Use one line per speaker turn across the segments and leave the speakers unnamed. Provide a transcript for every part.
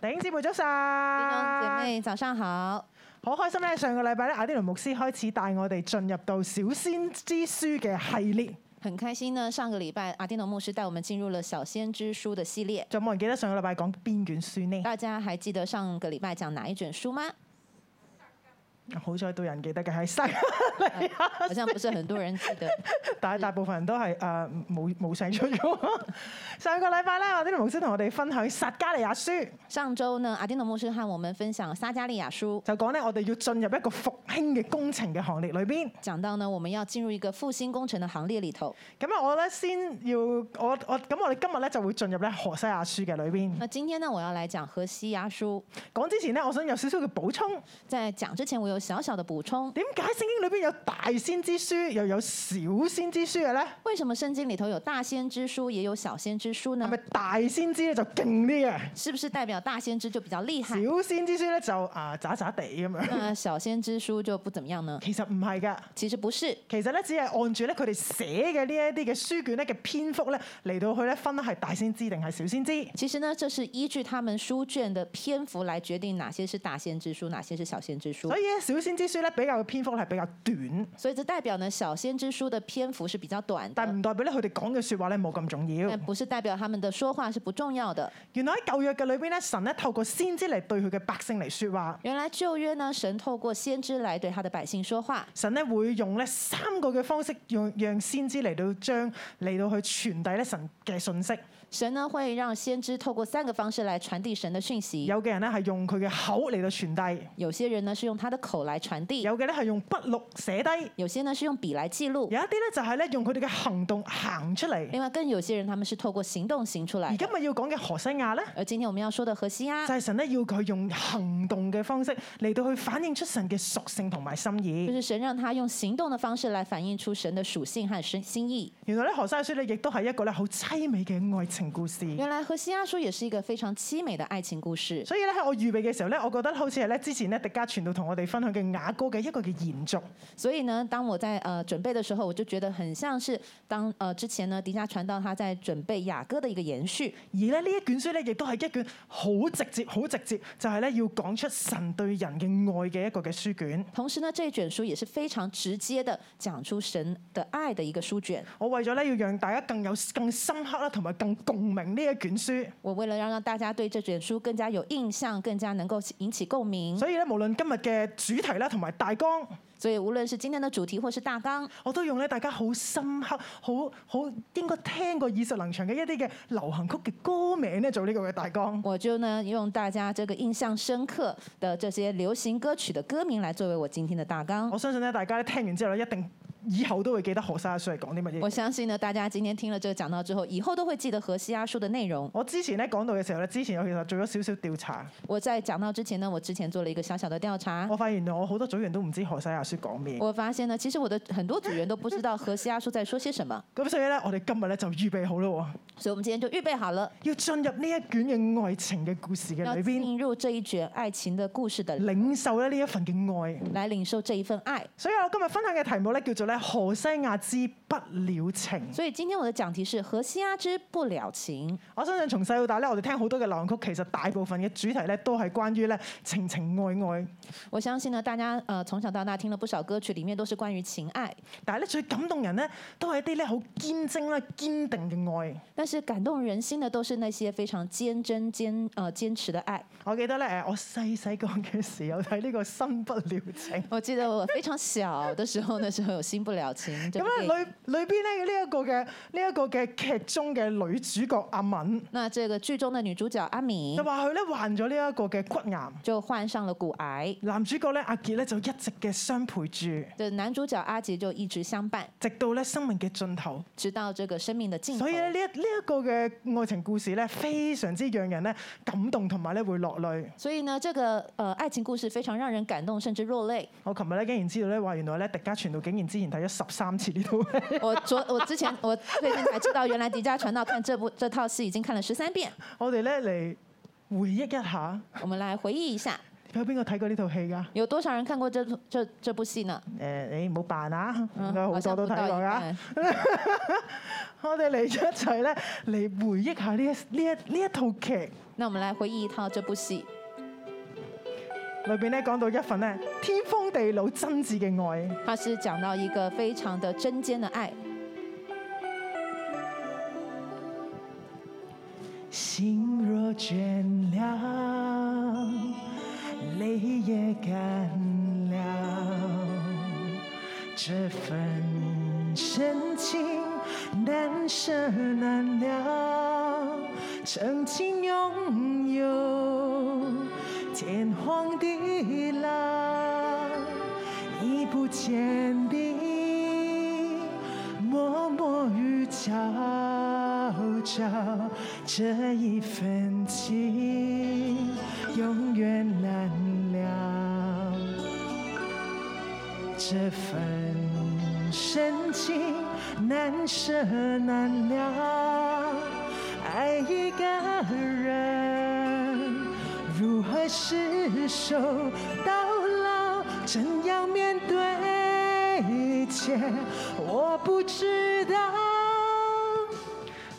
弟兄姊妹
弟
早晨，
兄
啊
姐妹，早上好！
好開心咧！上個禮拜咧，雅典倫牧師開始帶我哋進入到小先知書嘅系列。
很開心呢，上個禮拜阿丁農牧師帶我們進入了《小先知書》的系列。
仲有冇人記得上個禮拜講邊卷書呢？
大家還記得上個禮拜講哪一卷書嗎？啊
好彩都有人記得 嘅，係西，啊
好像不是很多人記得。
但係大部分人都係誒冇冇醒出咗。 上個禮拜咧，雅典倫牧師同我哋分享撒加利亞書，
上周呢，阿丁農牧師和我們分享撒加利亞書，
就講咧我哋要進入一個復興嘅工程嘅行列裏邊。
講到呢，我們要進入一個復興工程的行列裡頭。
咁啊，我咧先要我我咁，我哋今日咧就會進入咧何西亞書嘅裏邊。
那今天呢，我要來講何西阿書。
講之前咧，我想有少少嘅補充。
在講之前，我有小小的補充。
點解聖經裏邊有大先知書又有小先知書嘅咧？
為什麼聖經裡頭有大先知書，也有小先知書
係
呢
咪？大先知咧就勁啲嘅，
是不是代表大先知就比較厲害？
小先知書咧就啊渣渣地咁 樣？
那小先知書就不怎麼樣呢？
其實唔係㗎，
其實不是，
其實咧只係按住咧佢哋寫嘅呢一啲嘅書卷咧嘅篇幅咧嚟到去咧分係大先知定係小先知。
其實呢，這是依據他們書卷的篇幅來決定哪些是大先知書，哪些是小先知書
所。以咧小先知書咧比較嘅篇幅係比較短，
所以這代表呢，小先知書的篇幅是比較短
但
的，哎
唔代表咧佢哋講嘅説話咧冇咁重要
但。不是代表他們的說話是不重要的。
原來喺舊約嘅裏邊咧，神咧透過先知嚟對佢嘅百姓嚟説話。
原來舊約呢，神透過先知來對他的百姓說話，
神咧會用咧三個嘅方式，用讓先知嚟到將嚟到去傳遞咧神嘅信息。
神呢會讓先知透過三個方式來傳遞神的訊息。
有嘅人咧係用佢嘅口嚟到傳遞，
有些人呢是用他的口來傳遞，
有嘅咧係用筆錄寫低，
有些呢是用筆來記錄，
有一啲咧就係咧用佢哋嘅行動行出嚟。
另外更有些人他們是透過行動行出
而
來。
今日要講嘅何西亞咧，
而今天我們要說的何西阿
就。係神咧要佢用行動嘅方式嚟到去反映出神嘅屬性同埋心
就
意。
是神让他用行動的方式來反映出神的屬性和神心意。
原來咧何西亞書咧亦都係一個咧好凄美嘅愛情故事。
原來何西阿書也是一個非常凄美的愛情故事，
所以咧喺我預備嘅時候咧，我覺得好似係咧之前咧迪加傳道同我哋分享嘅雅歌嘅一個嘅延續。
所以呢，當我在呃準備的時候，我就覺得很像是當呃之前呢迪迦傳道他在準備雅歌的一個延續，
而咧呢一卷書咧，亦都係一卷好直接、好直接，就係咧要講出神對人嘅愛嘅一個嘅書卷。
同時呢這一卷書也是非常直接的講出神的愛的一個書卷。
我為咗咧要讓大家更有更深刻啦，同埋更共鳴呢一卷書，
我為了要讓大家對這卷書更加有印象，更加能夠引起共鳴，
所以咧無論今日嘅主題啦，同埋大綱，
所以無論是今天的主題或是大綱，
我都用咧大家好深刻、好好應該聽過耳熟能詳嘅一啲嘅流行曲嘅歌名咧做呢個嘅大綱。
我就呢用大家这个印象深刻的这些流行歌曲的歌名来作为我今天的大纲。
我相信咧，大家咧聽完之後咧，一定以後都會記得何西阿書係講啲乜嘢
我。相信呢，大家今天听了这个讲到之后，以后都会记得荷西阿书的内容。
我之前咧講到嘅時候咧，之前我其實做咗少少調查，
我在讲到之前呢，我之前做了一个小小的调查，
我發現原來我好多組員都唔知何西阿書講咩。
啊我发现呢，其实我的很多组员都不知道荷西阿书在说些什么，
咁所以咧，我哋今日咧就預備好咯
所以我们今天就预备好了，
喎，要進入呢一卷嘅愛情嘅故事嘅
要
裏邊，
进入这一卷爱情的故事的，
領受咧呢一份嘅愛。
来领受这一份爱。
所以我今日分享嘅題目咧叫做咧何西亞之不了情。
所以今天我的讲题是荷西阿之不了情。
我相信從細到大咧，我哋聽好多嘅流行曲，其實大部分嘅主題咧都係關於咧情情愛愛。
我相信呢，大家呃从小到大听了不少歌曲，里面都是关于情爱。
但係咧最感動人咧，都係一啲咧好堅貞啦、堅定嘅愛。
但是感动人心的都是那些非常坚贞、坚呃坚持的爱。
我記得咧誒，我細細個嘅時候睇呢個《新不了情》，
我记得我非常小的时候，那时候有《新不了情》这
咁
部
咧
电影。
裏裏邊咧呢一個嘅呢一個嘅劇中嘅女主角阿敏，
那这个剧中的女主角阿敏
就話佢咧患咗呢一個嘅骨癌，
就患上了骨癌，
男主角咧阿傑咧就一直嘅相陪住，
这男主角阿杰就一直相伴，
直到咧生命嘅盡頭。
直到这个生命的尽头
所以。咧呢一呢一個嘅愛情故事咧，非常之讓人咧感動同埋咧會落淚。
所以呢，这个呃爱情故事非常让人感动，甚至落泪。
我琴日咧竟然知道咧話，原來咧迪迦傳道竟然之前睇咗十三次呢套 戲。
我昨 我之前我最近才知道，原来迪迦传道看这部这套戏已经看了十三遍。
我哋咧嚟回憶一下，
我们来回忆一下，
有邊個睇過呢套戲㗎？
有多少人看过这这这部戏呢？嗯
誒、你唔好扮啊，應該
好
好多啊
像
都
不
睇
到
過
一哎
㗎。
半
我哋嚟咗一齊咧，嚟回憶下呢一呢一呢一套劇。那我们来回忆一套这部戲，
裏邊咧講到一份咧天荒地老真摯嘅愛。
它是講到一個非常的真堅的愛。
心若倦了，泪也干了，这份深情难舍难了。曾经拥有天荒地老，已不见底，默默与悄悄，这一份情永远难了。这份深情难舍难了，爱一个人如何厮守到老，怎样面对一切，我不知道。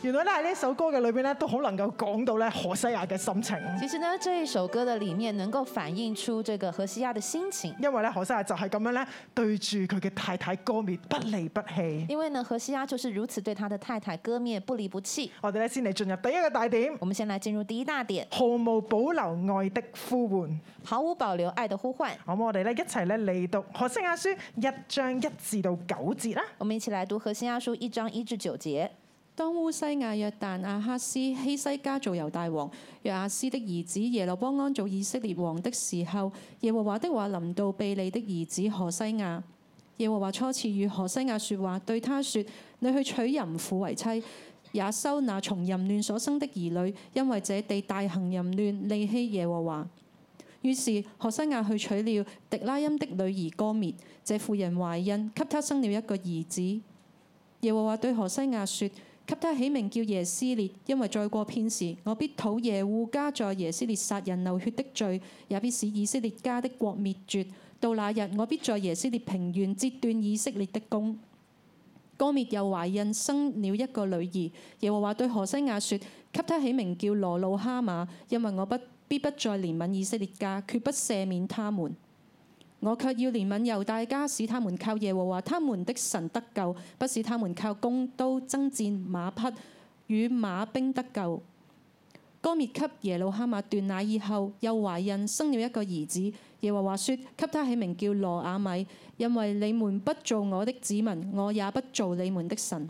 原來咧喺呢首歌嘅裏邊咧，都好能夠講到咧何西亞嘅心情，
其實呢，這一首歌的裡面能夠反映出這個何西亞的心情，
因為咧何西亞就係咁樣咧對住佢嘅太太歌蔑不離不棄。
因為呢，何西亞就是如此對他的太太割滅不離不棄。
我哋咧先嚟進入第一個大點，
我們先來進入第一大點，
毫無保留愛的呼喚。
毫無保留愛的呼喚。
好，我哋咧一齊咧嚟讀《何西阿書》一章一至到九節啦。
我們一起來讀何西阿書一章一至九節。
當烏西亞約旦亞哈斯希西家做猶大王，約亞斯的兒子耶羅波安做以色列王的時候，耶和華的話臨到貝利的兒子何西亞。耶和華初次與何西亞說話，對他說：你去娶淫婦為妻，也收那從淫亂所生的兒女，因為這地大行淫亂，離棄耶和華。於是何西亞去娶了迪拉音的女兒歌滅，這婦人懷孕，給他生了一個兒子。耶和華對何西亞說：給他起名叫耶斯列，因為再過片時，我必討耶戶家在耶斯列殺人流血的罪，也必使以色列家的國滅絕。到那日，我必在耶斯列平原截斷以色列的弓。歌滅又懷孕生了一個女兒，耶和華對何西亞說：給他起名叫羅路哈馬，因為我不必不再憐憫以色列家，決不赦免他們。我卻要憐憫猶大家，使他們靠耶和華他們的神得救，不使他們靠弓刀、爭戰、馬匹與馬兵得救。歌滅給耶路哈馬斷奶以後，又懷孕生了一個兒子。耶和華說：給他起名叫羅亞米，因為你們不做我的子民，我也不做你們的神。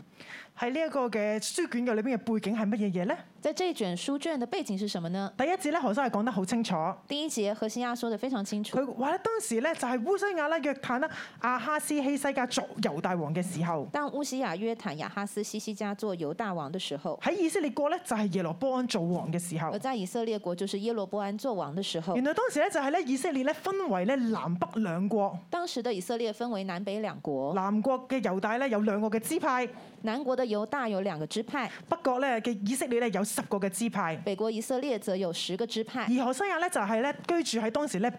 喺呢一個嘅書卷嘅裏邊嘅背景係乜嘢嘢呢？
在這一卷書卷的背景是什麼呢？
第一節咧，何西亞講得好清楚，
第一節何西亞說得非常清楚，
佢話咧當時咧就係烏西亞啦、約坦啦、亞哈斯希西家作猶大王嘅時候，
當烏西亞約坦亞哈斯西西家做猶大王的時候，
喺以色列國咧就係耶羅波安做王嘅時候
哦
而。在以色列國就是耶羅波安做王的時候
原，來當時咧就係咧以色列咧分為咧南北兩國，
當時的以色列分為南北兩國，
南國嘅猶大咧有兩個嘅支派，
南國的猶大有兩個支派，
北國咧嘅以色列咧有十個嘅支派。
北國以色列則有十個支派。
而何西亞咧就係咧居住喺當時咧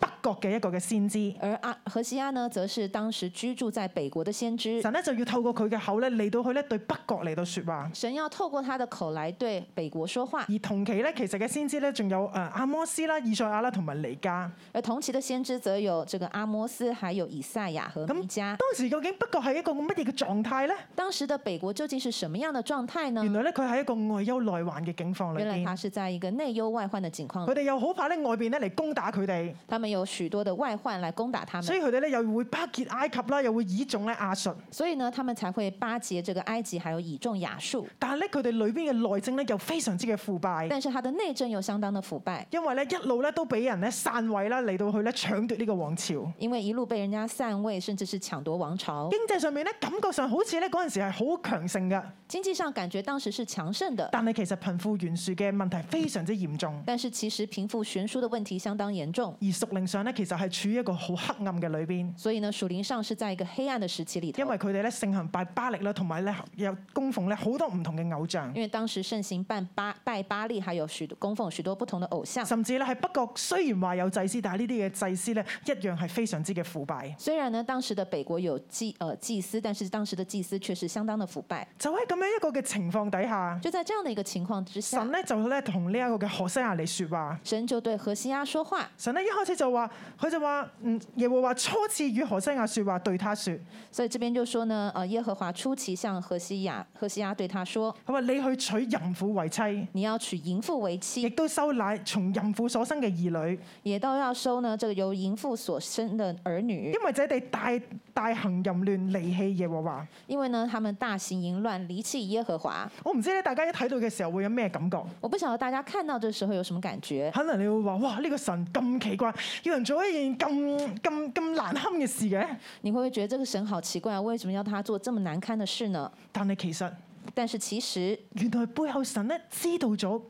北國嘅一個嘅先知，
而阿何西阿呢，則是當時居住在北國的先知。
神咧就要透過佢嘅口咧嚟到去咧對北國嚟到説話。
神要透過他的口來對北國說話。
而同期咧，其實嘅先知咧仲有誒呃阿摩斯啦、以賽亞啦同埋尼加。
而同期的先知則有這個阿摩斯，還有以賽亞和
咁
米迦。
當時究竟北國係一個乜嘢嘅狀態咧？
當時的北國究竟是什麼樣的狀態呢
原？來咧佢係一個外憂內患嘅境況裏
原來他
邊，
是在一個內憂外患的境況
佢
裡，
哋又好怕咧外邊咧嚟攻打佢哋，
他們有許多的外患來攻打他
所以
們，
佢哋咧又會巴結埃及啦，又會倚重咧亞述。
所以呢，他們才會巴結這個埃及，還有倚重亞述。
但係咧佢哋裏邊嘅內政咧又非常之嘅腐敗。
但是他的內政又相當的腐敗，
因為咧一路咧都俾人咧散位啦，嚟到去咧搶奪呢個王朝。
哦
因為一路被人家散位，甚至是搶奪王朝。
經濟上面咧感覺上好似咧嗰陣時係好強盛嘅，
經濟上感覺當時是強盛的，
但係其實貧富懸殊嘅問題非常之嚴重，
但是其實貧富懸殊的問題相當嚴重，
而屬靈上
上咧，其實係處於一個好黑暗嘅裏邊，
所以呢，屬灵上是在一个黑暗的时期里头
因，為佢哋咧盛行拜巴力啦，同埋咧有供奉咧好多唔同嘅偶像，
因为当时盛行拜巴拜巴利，还有许多供奉许多不同的偶像。
甚至咧喺北國雖然話有祭司，但係呢啲嘅祭司咧一樣係非常之嘅腐敗。
虽然呢，当时的北国有祭呃祭司，但是当时的祭司却是相当的腐败。
就喺咁樣一個嘅情況底下，
就在这样的一个情况之下
神，咧就咧同呢一個嘅何西亞嚟説話。
神就对何西阿说话，
神咧一開始就話，佢就話，嗯，耶和華初次與何西亞説話，對他説：
所以这边就说呢，呃，耶和华出奇向何西亚，何西阿对他说，
佢話你去娶淫婦為妻，
你要娶淫妇为
亦
妻，
都收奶從淫婦所生嘅兒女，
也都要收呢这个由淫妇所生的儿女
因，為這地大大行淫亂，離棄耶和華。
因为呢他们大行淫乱，离弃耶和华。
我唔知咧，大家一睇到嘅時候會有咩感覺？
我不晓得大家看到这时候有什么感觉，
可能你會話：哇，呢、個神咁奇怪，要人做一件咁咁咁難堪嘅事嘅。
你会不会觉得这个神好奇怪啊？为什么要他做这么难堪的事呢？
但係其實
但是其实
原來背後神咧知道咗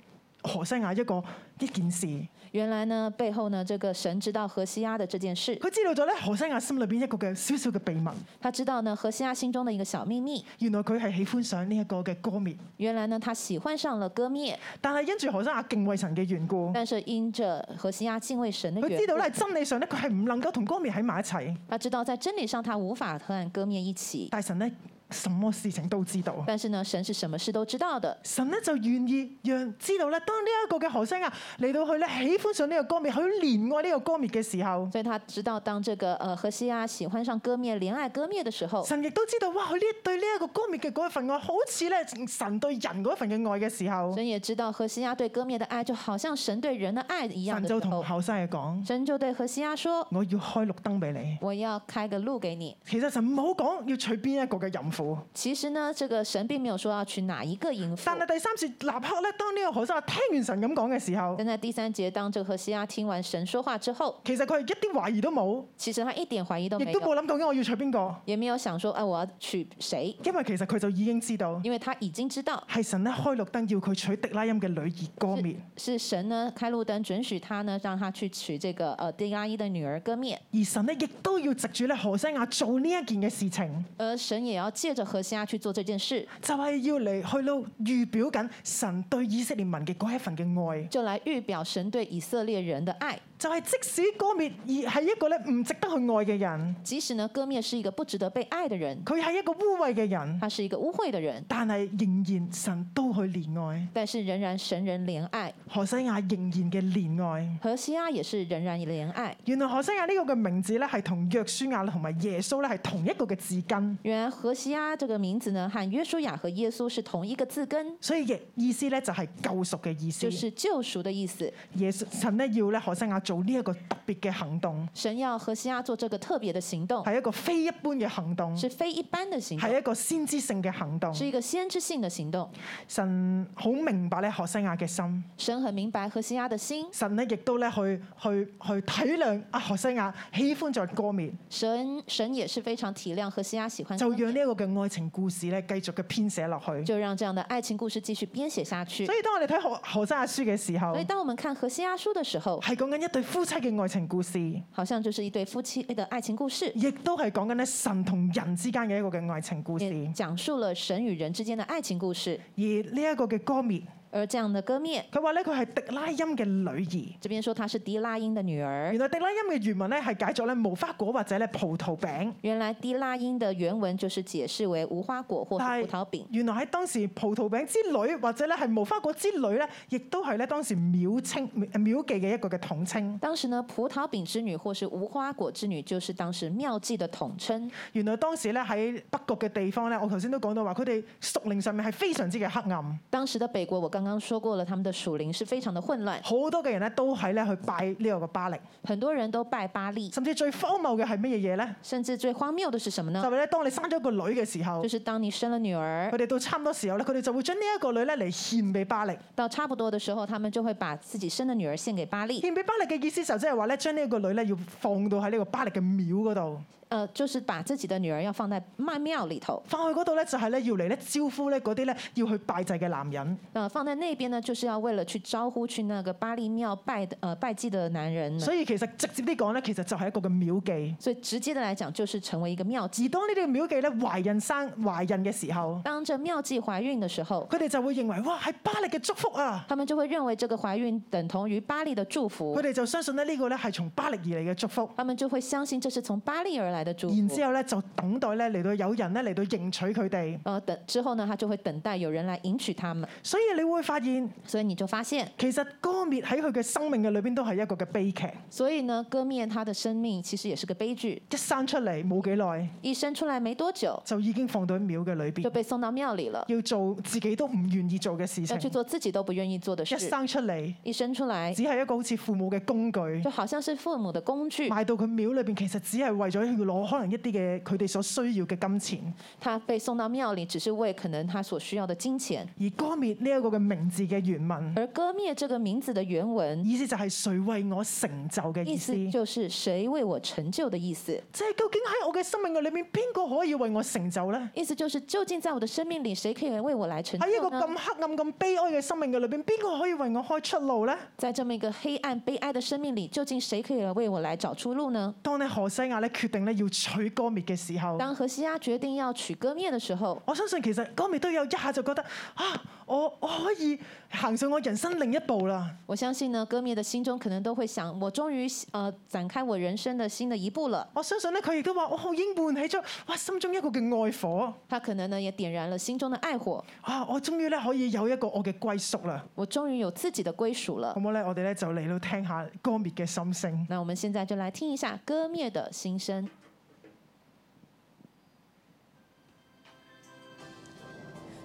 何西亞一個一件事，
原来呢背后呢这个神知道何西阿的这件事，
佢知道咗咧何西亞心裏邊一個嘅小小嘅秘密。
他知道呢何西阿心中的一个小秘密。
原來佢係喜歡上呢一個嘅歌滅，
原来呢他喜欢上了割灭，
但係因住何西亞敬畏神嘅緣故，
但是因着何西阿敬畏神的
佢
缘
知道
故
咧真理上咧佢係唔能夠同歌滅喺埋一齊，
他知道在真理上他无法和割灭一起，
但係神咧什麼事情都知道。
但是呢神是什么事都知道的。
神咧就願意讓知道咧，當呢一個嘅何西亞嚟到去咧喜歡上呢個歌滅，佢憐愛呢個歌滅嘅時候，
所以他知道，当这个呃何西阿喜欢上割灭、怜爱割灭的时候，
神亦都知道，哇！佢呢對呢一個歌滅嘅嗰一份愛，好似咧神對人嗰一份嘅愛嘅時候，
神也知道何西阿对割灭的爱，就好像神对人的爱一样
神
的
就
时
同
候，
後生嘅講：
神就對何西阿说
我要開綠燈俾你。：“
我要开个路给你。
其實神冇講要娶邊一個嘅淫婦，”
其实呢，这个神並沒有說要娶哪一個淫婦
但。係第三節立刻咧，當呢個何生聽完神咁講嘅時候，
但在第三節，當这個何西阿聽完神說話之後，
其實佢係一啲懷疑都冇，
其實他一點懷疑都
亦
沒
都
有，
冇諗究竟我要娶邊個，
也沒有想說：“哎、我要娶誰
因為其實佢就已經知道？”
因為他已經知道
係神咧開綠燈要佢娶狄拉音嘅女兒歌滅，
是神呢開路燈，准許他呢讓他去娶這個呃狄拉伊的女兒割灭，
而神咧亦都要藉住咧何西亞做呢一件嘅事情，
而神也要借着何西阿去做這件事，
就係、要嚟去到預表緊神對以色列民嘅嗰一份嘅愛。
就來預表神對以色列人的愛。
就係即使歌滅而係一個咧唔值得去愛嘅人，
即使呢割灭是一個不值得被愛的人，
佢係一個污穢嘅人，
他是一個污穢的人，
但係仍然神都去憐愛。
但是仍然神人憐愛。
何西亞仍然嘅憐愛。
何西阿也是仍然憐愛。
原來何西亞呢個嘅名字咧係同約書亞同埋耶穌咧係同一個嘅字根，
原來何西阿這個名字呢，和約書亞和耶穌是同一個字根，
所以亦意思咧就係救贖嘅意思
就。是救贖的意思。
耶穌神咧要咧何西亞做呢一個特別嘅行動，
神要何西阿做這個特別的行動，
係一個非一般嘅行動，
哦是非一般的行動，
係一個先知性嘅行動。
是一個先知性的行動。
神好明白咧何西亞嘅心。
神很明白何西阿的心，
神咧亦都咧去去去體諒啊何西亞喜歡在歌面，
神神也是非常體諒何西阿喜歡
就
歌
讓
念，
呢一個嘅愛情故事咧繼續嘅編寫落去。
嗯就讓這樣的愛情故事繼續編寫下去
所。以當我哋睇何何西亞書嘅時候
所以，當我們看何西阿書的時候，
係講緊一對夫妻嘅愛情故事，
好像就是一對夫妻的愛情故事，
亦都係講緊咧神同人之間嘅一個嘅愛情故事。
也
而
講述了神與人之間的愛情故事。
呢一個嘅歌面，
而這樣的歌面，
佢話咧佢係狄拉音嘅女兒。
這邊說她是狄拉因的女兒
原。來狄拉音嘅原文咧係解作咧無花果或者咧葡萄餅，
原來狄拉因的原文就是解釋為無花果或
但
是
係
葡萄餅，
原來喺當時葡萄餅之旅或者咧係無花果之旅咧，亦都係咧當時廟稱廟記嘅一個嘅統稱。
當時呢，葡萄餅之女或是無花果之女，就是當時妙計的統稱。
原來當時咧喺北國嘅地方咧，我頭先都講到話，佢哋屬靈上面係非常之嘅黑暗，
當時的北國，我剛剛說過了，他們的屬靈是非常的混亂，
好多嘅人咧都喺咧去拜呢個嘅巴力，
很多人都拜巴利，
甚至最荒謬嘅係乜嘢嘢咧？
甚至最荒謬的是什麼
就
呢？
係咧當你生咗個女嘅時候
就。是當你生了女
佢
兒，
哋到差唔多時候咧，佢哋就會將呢一個女咧嚟獻俾巴力。
到差不多的時候，他們就會把自己生的女兒獻給巴利。
獻俾巴力嘅意思就即係話咧，將呢一個女咧要放到喺呢個巴力嘅廟嗰度。
呃，就是把自己的女儿要放在曼庙里头，
翻去嗰度咧就係咧要嚟咧招呼咧嗰啲咧要去拜祭嘅男人，
呃，放在那边呢，就是要为了去招呼去那个巴利庙拜的呃拜祭的男人们。
所以其實直接啲講咧，其實就係一個嘅廟妓。
所以直接的来讲，就是成为一个妙计。
而當呢啲嘅廟妓咧懷孕生懷孕嘅時候，
当这妙计怀孕的时候，
佢哋就會認為哇係巴力嘅祝福啊！
他们就会认为这个怀孕等同于巴利的祝
佢
福，
哋就相信咧呢個咧係從巴力而嚟嘅祝福。
他们就会相信这是从巴利而来的祝
然之
福。
後咧就等待咧嚟到有人咧嚟到迎娶佢哋，
呃，等之后呢，他就会等待有人来迎娶他们。
所以你會發現
所以你就發現，
其實歌滅喺佢嘅生命嘅裏邊都係一個嘅悲劇，
所以呢，歌面他的生命其實也是个悲剧，
一生出嚟冇幾耐
一生出来没多久
就已經放到喺廟嘅裏
就
邊，
被送到庙里了，
要做自己都唔願意做嘅事
要去
情。
做自己都不願意做的事
一。生出嚟
一生出来
只係一個好似父母嘅工具，
就好像是父母的工具，
賣到佢廟裏邊其實只係為咗要攞可能一啲嘅佢哋所需要嘅金錢。
他被送到庙里只是為可能他所需要的金錢。
而歌滅呢一個嘅名字嘅原文
而割灭这个名字的原文
意思就係誰為我成就嘅
意
意思，
思
即
就是谁为我成就的意思，
係究竟喺我嘅生命嘅裏面邊個可以為我成就呢？
意思就是究竟在我的生命里，谁可以为我来成
喺一個
就
咁
呢？
黑暗、咁悲哀嘅生命嘅裏邊，邊個可以為我開出路呢？
在这么一个黑暗悲哀的生命里，究竟谁可以来为我来找出路呢？
當你何西亞咧決定咧要娶歌滅嘅時候，
当何西阿决定要娶割灭的時候，
我相信其實歌滅都有一下就覺得啊，我我可以行上我人生另一步啦。
我相信呢，歌灭的心中可能都会想，我终于呃展开我人生的新的一步了。
我相信咧，佢亦都話我好已經喚起咗哇心中一個嘅愛火
他可能呢也點燃了心中的愛火，
啊！我終於咧可以有一個我嘅歸宿啦，
我終於有自己的歸屬了
好。唔好咧？我哋咧就嚟到聽下歌滅嘅心聲。
那我们现在就来听一下歌灭的心声。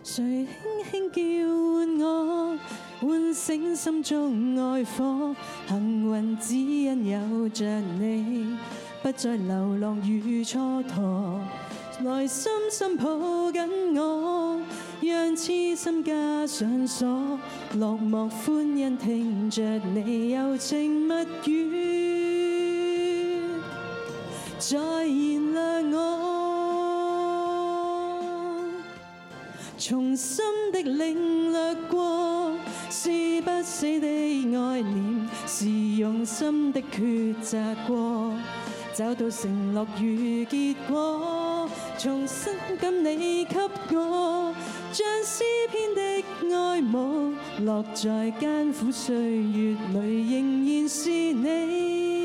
誰輕輕叫我，喚醒心中愛火。幸運只因有着你，不再流浪與蹉跎。來深深抱緊我，讓痴心加上鎖。落寞歡欣聽着你柔情蜜語，再燃亮我。重新的領略過，是不死的愛念，是用心的抉擇過，找到承諾與結果，重新感你給我，將詩篇的愛慕落在艱苦歲月裏，仍然是你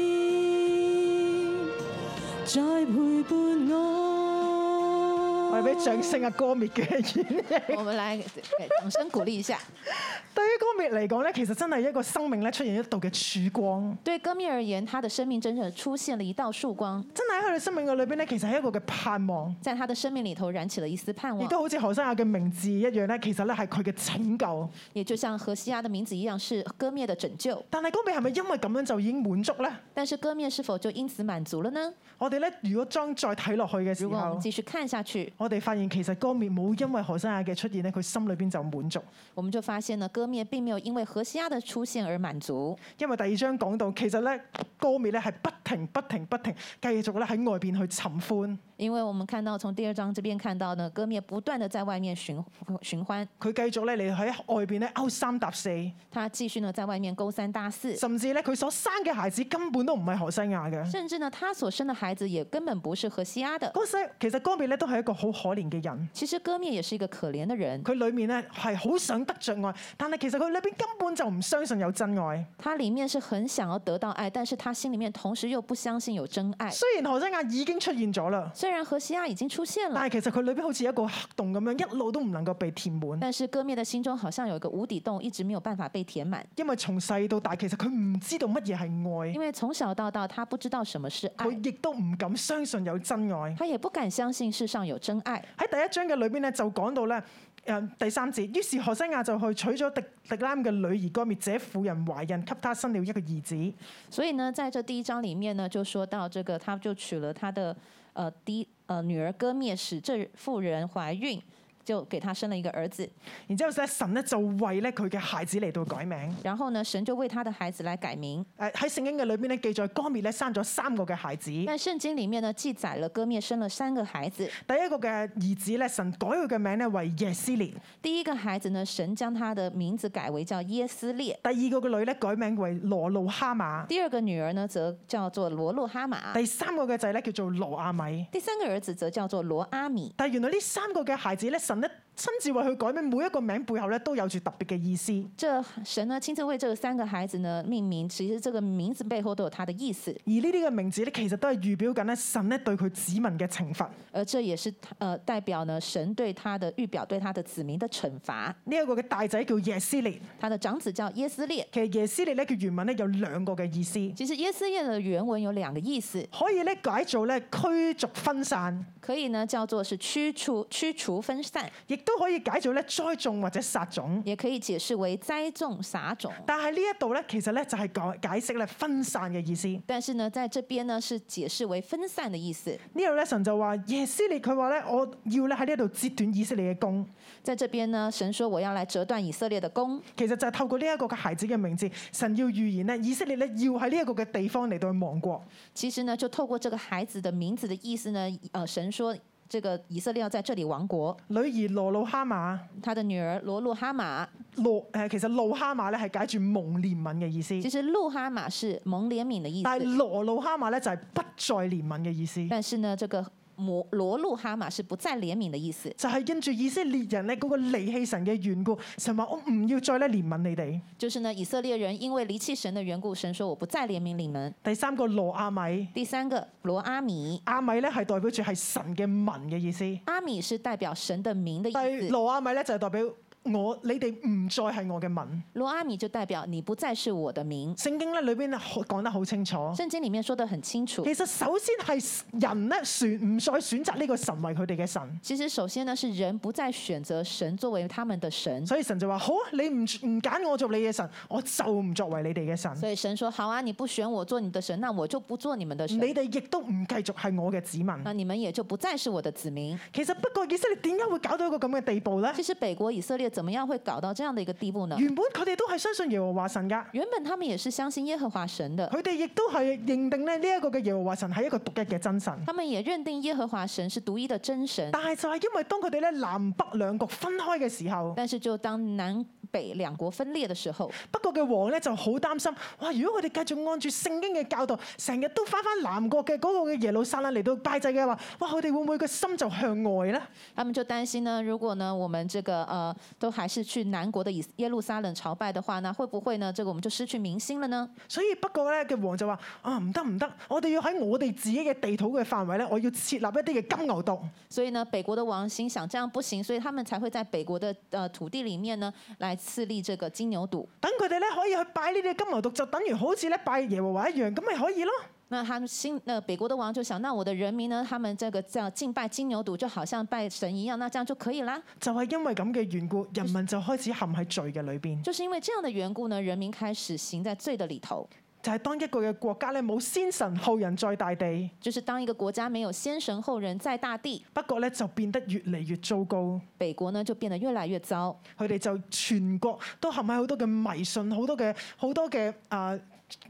在陪伴我。
我哋俾掌聲啊！歌滅嘅演繹，
我们来给掌聲鼓勵一下。
對於歌滅嚟講咧，其實真係一個生命咧出現一道嘅曙光，
对歌蔑而言，他的生命真的出現了一道曙光，
真係喺佢哋生命嘅裏邊咧，其實係一個嘅盼望。
在他的生命里頭燃起了一絲盼
亦
望，
都好似何西亞嘅名字一樣咧，其實咧係佢嘅拯救。
也就像何西阿的名字一樣，是歌蔑的拯救。
但係歌美係咪因為咁樣就已經滿足咧？
但是歌蔑是否就因此滿足了呢？
我哋咧如果將再睇落去嘅時
如果我
候
們，繼續看下去，
我哋發現其實歌滅冇因為何西亞嘅出現咧，佢心裏邊就滿足。
我們就發現呢，歌蔑並沒有因為何西阿的出現而滿足，
因為第二章講到，其實咧歌滅咧係不停不停不停繼續咧喺外邊去尋歡，
因為我們看到從第二章這邊看到呢，歌蔑不斷的在外面尋尋歡，
佢繼續咧你喺外邊咧勾三搭四，
他繼續呢在外面勾三搭四，
甚至咧佢所生嘅孩子根本都唔係何西亞嘅。
甚至呢他所生的孩子也根本不是何西阿的。
嗰時其實歌滅咧都係一個好可憐嘅人。
其實歌蔑也是一個可憐的人，
佢裏面咧係好想得着愛，但係其實佢裏邊根本就唔相信有真愛。
他裡面是很想要得到愛，但是他心裡面同時又不相信有真愛。
雖然何西亞已經出現咗啦，
雖然何西阿已經出現了，
但係其實佢裏邊好似一個黑洞咁樣，一路都唔能夠被填滿。
但是歌蔑的心中好像有一個無底洞，一直沒有辦法被填滿，
因為從細到大，其實佢唔知道乜嘢係
因為從小到大他不知道什麼是愛，
愛，佢亦都唔敢相信有真愛。
他也不敢相信世上有真愛。
喺第一章嘅裏邊咧，就講到咧。誒第三節，於是何西亞就去娶咗迪迪拉姆嘅女兒歌滅，這婦人懷孕，給他生了一個兒子。
所以呢，在這第一章裡面呢，就說到這個，他就娶了他的呃第一呃女兒歌蔑，使這婦人懷孕。就给他生了一个儿子。
然之後咧，神咧就為咧佢嘅孩子嚟到改名。
然后呢，神就為他的孩子來改名。
誒呃喺聖經嘅裏邊咧記載，哥滅咧生咗三個嘅孩子。第
但聖經裡面呢記載了歌篾生了三個孩子，
一個嘅兒子咧，神改佢嘅名咧為耶斯列；
第一個孩子呢，神將他的名字改為叫耶斯列；
第二個嘅女咧改名為羅路哈馬；
第二個女兒呢，則叫做羅路哈瑪；
第三個嘅仔咧叫做羅亞米。
第三個兒子則叫做羅阿米。
但係原來呢三個嘅孩子咧，神咧親自為佢改名，每一個名背後咧都有住特別嘅意思。
這神呢親自為這三個孩子呢命名，其實這個名字背後都有他的意思，
而呢啲嘅名字咧，其實都係預表緊咧神咧對佢子民嘅懲罰。
而這也是呃代表呢神對他的預表對他的子民的懲罰。
呢、一個嘅大仔叫耶斯列，
他的長子叫耶斯列，
其實耶斯列咧嘅原文咧有兩個嘅意思，
其實耶斯列的原文有兩個意思，
可以咧解做咧驅逐分散，
可以呢叫做是驱除、驱除分散，
亦都可以解做咧栽種或者撒種。
也可以解釋為栽種、撒種。
但係呢一度咧，其實咧就係講解釋咧分散嘅意思。呢
但是呢，在這邊呢是解釋為分散的意思。
度咧神就話耶斯列佢話咧，我要咧喺呢一度截斷以色列嘅弓。
在這邊呢，神說我要來折斷以色列的弓，
其實就係透過呢一個嘅孩子嘅名字，神要預言咧以色列咧要喺呢一個嘅地方嚟到去亡國。
其實呢就透過這個孩子的名字的意思呢，呃，神說這個以色列要在這裡亡國。
女兒羅魯哈馬，
他的女兒羅路哈瑪，
羅誒其實路哈馬咧係解住蒙憐憫嘅意思，
其實路哈瑪是蒙憐憫的意
但係
思，
羅魯哈馬咧就係不再憐憫嘅意思，
但是呢，這個摩羅路哈瑪是不再憐憫的意思。
就係因住以色列人咧嗰個離棄神嘅緣故，神話我唔要再咧憐憫你哋。
就是呢，以色列人因為離棄神的緣故，神說我不再憐憫你們。
第三個羅亞米，
第三個羅阿米，
亞米咧係代表住係神嘅民嘅意思，
阿米是代表神的名的意
但係
思，
羅亞米咧就係代表我你哋唔再係我嘅民。
羅阿米就代表你不再是我的名。
聖經咧裏邊好講得好清楚。
聖經裡面說得很清楚
其，實首先係人咧選唔再選擇呢個神為佢哋嘅神，
其實首先呢是人不再選擇神作為他們的神，
所以神就話：好啊，你唔唔揀我做你嘅神，我就唔作為你哋嘅神。
所以神說好啊，你不選我做你的神，那我就不做你們的神
你。哋亦都唔繼續係我嘅子民。
那你们也就不再是我的子民。
其實不過以色列點解會搞到一個咁嘅地步呢？
其實北國以色列怎麼樣會搞到這樣的一個地步呢？
原本佢哋都係相信耶和華神㗎，
原本他們也是相信耶和華神的，
佢哋亦都係認定咧呢一個嘅耶和華神係一個獨一嘅真神。
他們也認定耶和華神是獨一的真神。
但係就係因為當佢哋咧南北兩國分開嘅時候，
但是就當南北兩國分裂的時候，
北國嘅王咧就好擔心，哇！如果佢哋繼續按住聖經嘅教導，成日都翻翻南國嘅嗰個嘅耶路撒冷嚟到拜祭嘅話，哇！佢哋會唔會個心就向外咧？
他們就擔心呢，如果呢我們這個呃都還是去南國的以耶路撒冷朝拜的話，那會不會呢這個我們就失去民心了呢？
所以北國咧嘅王就話：啊，唔得唔得，我哋要喺我哋自己嘅地土嘅範圍咧，我要設立一啲嘅金牛犢。
所以呢北國的王心想這樣不行，所以他們才會在北國的呃土地裡面呢來設立這個金牛犢。
等佢哋咧可以去拜呢啲金牛犢，就等於好似咧拜耶和華一樣，咁咪可以咯。
那他们新那北国的王就想，那我的人民呢？他们这个叫敬拜金牛犊，就好像拜神一样，那这样就可以啦。
就係因為咁嘅緣故，人民就開始陷喺罪嘅裏邊。
就是因为这样的緣故呢，人民開始行在罪的裡頭。
就係、當一個嘅國家咧冇先神後人在大地，
就是當一個國家沒有先神後人在大地，
北國咧就變得越嚟越糟糕。
北國呢就變得越來越糟，
佢哋就全國都陷喺好多嘅迷信、好多嘅好多嘅啊、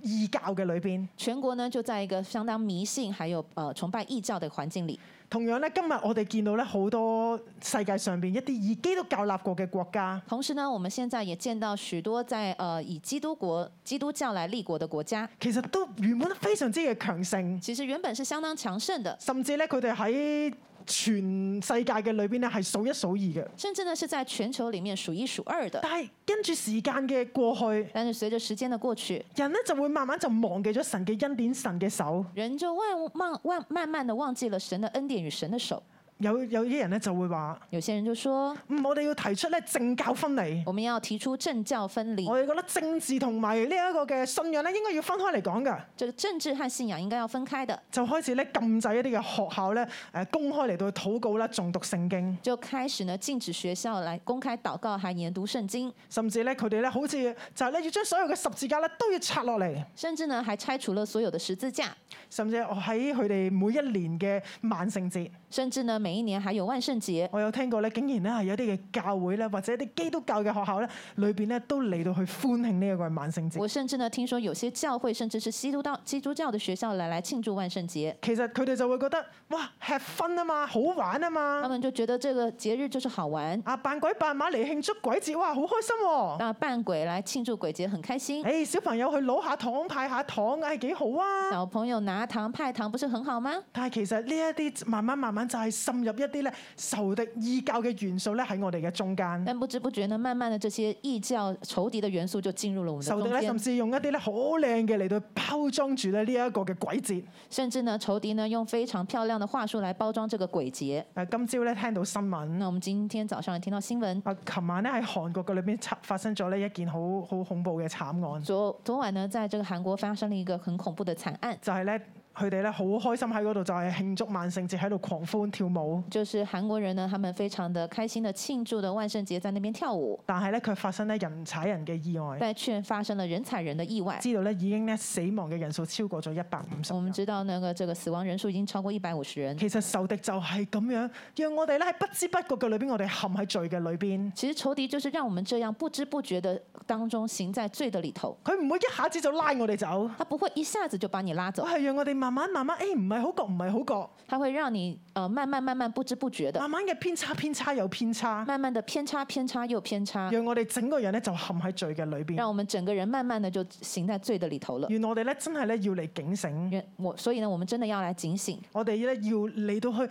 異教嘅裏邊。
全國呢就在一個相當迷信還有呃崇拜異教的環境裡。
同樣咧，今日我哋見到咧好多世界上邊一啲以基督教立國嘅國家，
同時呢，我們現在也見到許多在呃以基督國基督教來立國的國家，
其實都原本都非常之嘅強盛，
其實原本是相當強盛的，
甚至咧佢哋喺全世界嘅裏邊咧係數一數二嘅。
甚至呢是在全球裡面數一數二的。
但係跟住時間嘅過去，
但是隨着時間的過去，
人咧就會慢慢就忘記咗神嘅恩典、神嘅手。
人就忘忘忘慢慢的忘記了神的恩典與神的手。
有有啲人咧就會話：
有些人就說，
嗯，我哋要提出咧政教分離。
我們要提出政教分離，
我哋覺得政治同埋呢一個嘅信仰咧，應該要分開嚟講㗎，
這個政治和信仰應該要分開的，
就開始咧禁制一啲嘅學校咧，誒公開嚟到去禱告啦、重讀聖經，
就開始呢禁止學校來公開禱告和研讀聖經，
甚至咧佢哋咧好似就係咧要將所有嘅十字架咧都要拆落嚟，
甚至呢還拆除了所有的十字架，
甚至我喺佢哋每一年嘅萬聖節，
甚至呢每一年还有万圣节。
我有聽過咧，竟然咧係有啲嘅教會咧，或者一啲基督教嘅學校咧，裏邊咧都嚟到去歡慶呢一個萬聖節。
我甚至呢听说有些教会甚至是基督教基督教的学校来来庆祝万圣节，
其實佢哋就會覺得，哇，吃分啊嘛，好玩啊
他
嘛，
们就觉得这个节日就是好玩。
啊扮鬼扮馬嚟慶祝鬼節，哇，好開心喎、
那扮鬼来庆祝鬼节很开心
誒、，小朋友去攞下糖派下糖，唉、幾好啊！
小朋友拿糖派糖不是很好吗？
但係其實呢一啲慢慢慢慢就係滲入一啲咧仇敵異教嘅元素咧喺我哋嘅中間。
但不知不觉呢，慢慢的这些异教仇敌的元素就进入了我们的
仇敵
嗯中
咧，甚
间，
至用一啲咧好靚嘅嚟到包裝住咧呢一個嘅鬼節。
甚至呢，仇敌呢用非常漂亮的话术来包装这个鬼节。
誒，今朝咧聽到新聞，
那我们今天早上也听到新闻，
啊，琴晚咧喺韓國嘅裏邊發生咗呢一件好好恐怖嘅慘案，
昨昨晚呢，在这个韩国发生了一个很恐怖的惨案，
就係咧佢哋咧好開心喺嗰度就係慶祝萬聖節喺度狂歡跳舞，
就是韩国人呢，他们非常的开心的庆祝的万圣节，在那边跳舞，
但係咧卻發生咧人踩人嘅意外，
但却发生了人踩人的意外。
知道咧已經咧死亡嘅人數超過咗一百五十
我
人
们。知道那个这个死亡人数已经超过一百五十人。
其實仇敵就係咁樣，讓我哋咧喺不知不覺嘅裏邊，我哋陷喺罪嘅裏邊。
其实仇敌就是让我们这样不知不觉的当中行在罪的里头，
佢唔會一下子就拉我哋走，
他不会一下子就把你拉走
我，係讓我哋慢慢慢慢，誒唔係好覺，唔係好
他会让你呃慢慢慢慢不知不觉
覺，
的，
慢慢嘅偏差偏差有偏差，
慢慢的偏差偏差又偏差，
讓我哋整個人咧就陷喺罪嘅裏邊。
让我们整个人慢慢的就行在罪的里头了。
原來我哋咧真係咧要嚟警醒，
人我所以呢，我们真的要来警醒，
我哋咧要嚟到去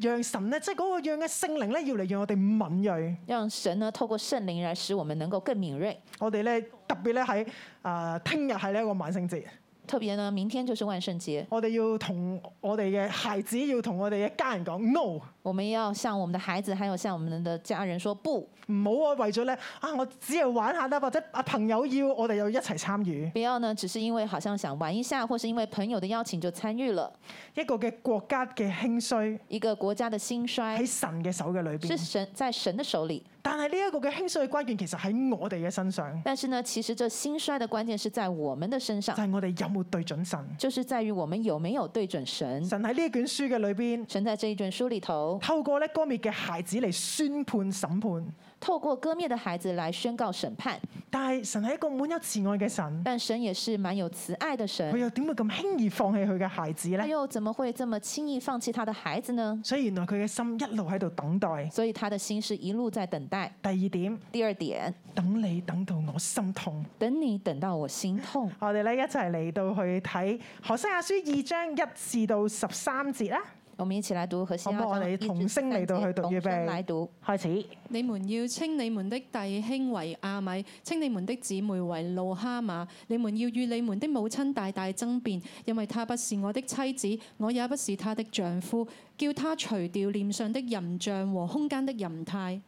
讓神咧，即係嗰個讓嘅聖靈咧，要嚟讓我哋敏鋭。
让神呢透过圣灵来使我们能够更敏锐。
我哋咧特別咧喺啊聽日係呢一個萬聖節，
特别呢，明天就是万圣节，
我哋要同我哋嘅孩子，要同我哋嘅家人講 no。
我们要向我们的孩子还有向我们的家人说不，
唔好啊，為咗咧啊，我只係玩下啦，或者啊朋友要，我哋又一齊參與
不要呢只是因为好像想玩一下，或是因为朋友的邀请就参与了。
一個嘅國家嘅興衰
一个国家的兴衰
喺神嘅手嘅裏
是
邊。
神在神的手里，
但係呢一個嘅興衰嘅關鍵，其實喺我哋嘅身上，
但是呢，其实这兴衰的关键是在我们的身
就
上，
係、我哋有冇對準神。
就是在于我们有没有对准神。
神喺呢一卷書嘅裏邊，
神在这一卷书里头，
透過咧歌滅嘅孩子嚟宣判審判。
透过割灭的孩子来宣告审判，
但係神係一個滿有慈愛嘅神，
但神也是蛮有慈爱的
佢
神，
又點會咁輕易放棄佢嘅孩子
他
呢？
又怎么会这么轻易放弃他的孩子呢？
所以原來佢嘅心一路喺度等待。
所以他的心是一路在等待。
第二點，
第二点，
等你等到我心痛。
等你等到我心 痛。
我哋咧一齊嚟到去睇《何西亞書》二章一至到十三節啦，
我们一起来读和西
好
阿
不好
章
你
一至
同聲
13
嚟到
节
去讀
同
預
聲
備
来读。
開始。
你們要稱你們的弟兄為亞米，稱你們的姊妹為路哈馬。你們要與你們的母親大大爭辯，因為她不是我的妻子，我也不是她的丈夫。叫她除掉臉上的淫像和胸間的淫態，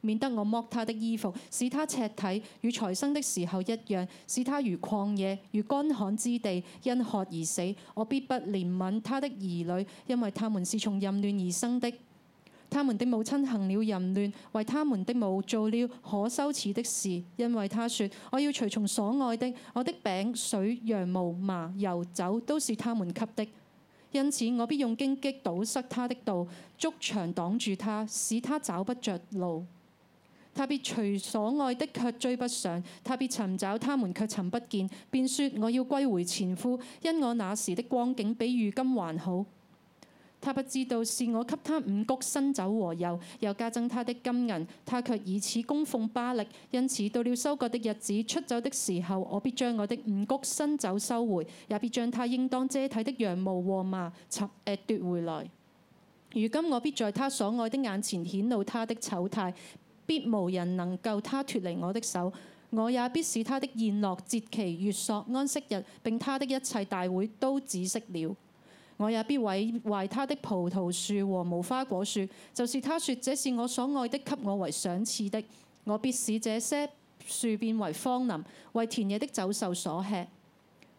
免得我剝她的衣服，使她赤體，與財生的時候一樣，使她如曠野，如乾旱之地，因渴而死。我必不憐憫她的兒女，因為他們是從淫亂而生的。他們的母親行了淫亂，為他們的母做了可羞恥的事，因為他說：我要隨從所愛的，我的餅、水、羊毛、麻、油、酒都是他們給的。因此，我必用荊棘堵塞他的道，築牆擋住他，使他找不着路。他必隨所愛的，卻追不上；他必尋找他們，卻尋不見。便說：我要歸回前夫，因我那時的光景比如今還好。他不知道是我給他五穀新酒和油，又加增他的金銀，他卻以此供奉巴力。因此到了收割的日子，出走的時候，我必將我的五穀新酒收回，也必將他應當遮體的羊毛和麻尋誒奪回來。如今我必在他所愛的眼前顯露他的醜態，必無人能救他脱離我的手。我也必使他的宴樂、節期、月朔、安息日，並他的一切大會都止息了。我也必毀壞他的葡萄樹和無花果樹，就是他說這是我所愛的，給我為賞賜的，我必使這些樹變為荒林，為田野的走獸所吃。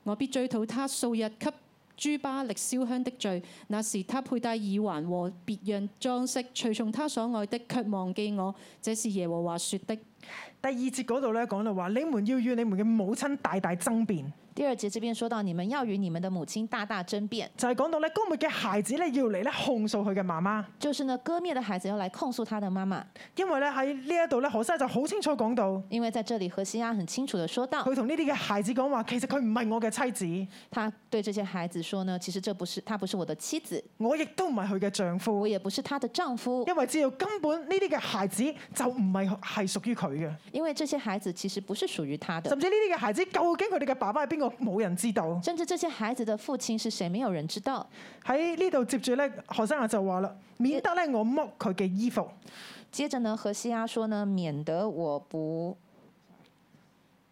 我必追討他數日給諸巴力燒香的罪，那時他佩戴耳環和別樣裝飾，隨從他所愛的，卻忘記我，這是耶和華說的。
第二節嗰度咧講到話，你們要與你們嘅母親大大爭辯，
第二節这边说到，你们要与你们的母亲大大争辩，
就係、講到咧高末嘅孩子咧要嚟咧控訴佢嘅媽媽，
就是呢，割灭的孩子要来控诉他的妈妈，
因為咧喺呢一度咧何西就好清楚講到，
因为在这里何西阿很清楚的说到，
佢同呢啲嘅孩子講話，其實佢唔係我嘅妻子，
他对这些孩子说呢，其实这不是他不是我的妻子，
我亦都唔係佢嘅丈
我
夫，
也不是她的丈夫，
因為知道根本呢啲嘅孩子就唔係係屬於佢嘅，
因为这些孩子其实不是属于他的，
甚至呢啲嘅孩子究竟佢哋嘅爸爸係邊個冇人知道。
甚至这些孩子的父亲是谁，没有人知道。
喺呢度接住咧，何西阿就話啦，免得咧我剝佢嘅衣服。
接着呢，何西阿说呢，免得我不，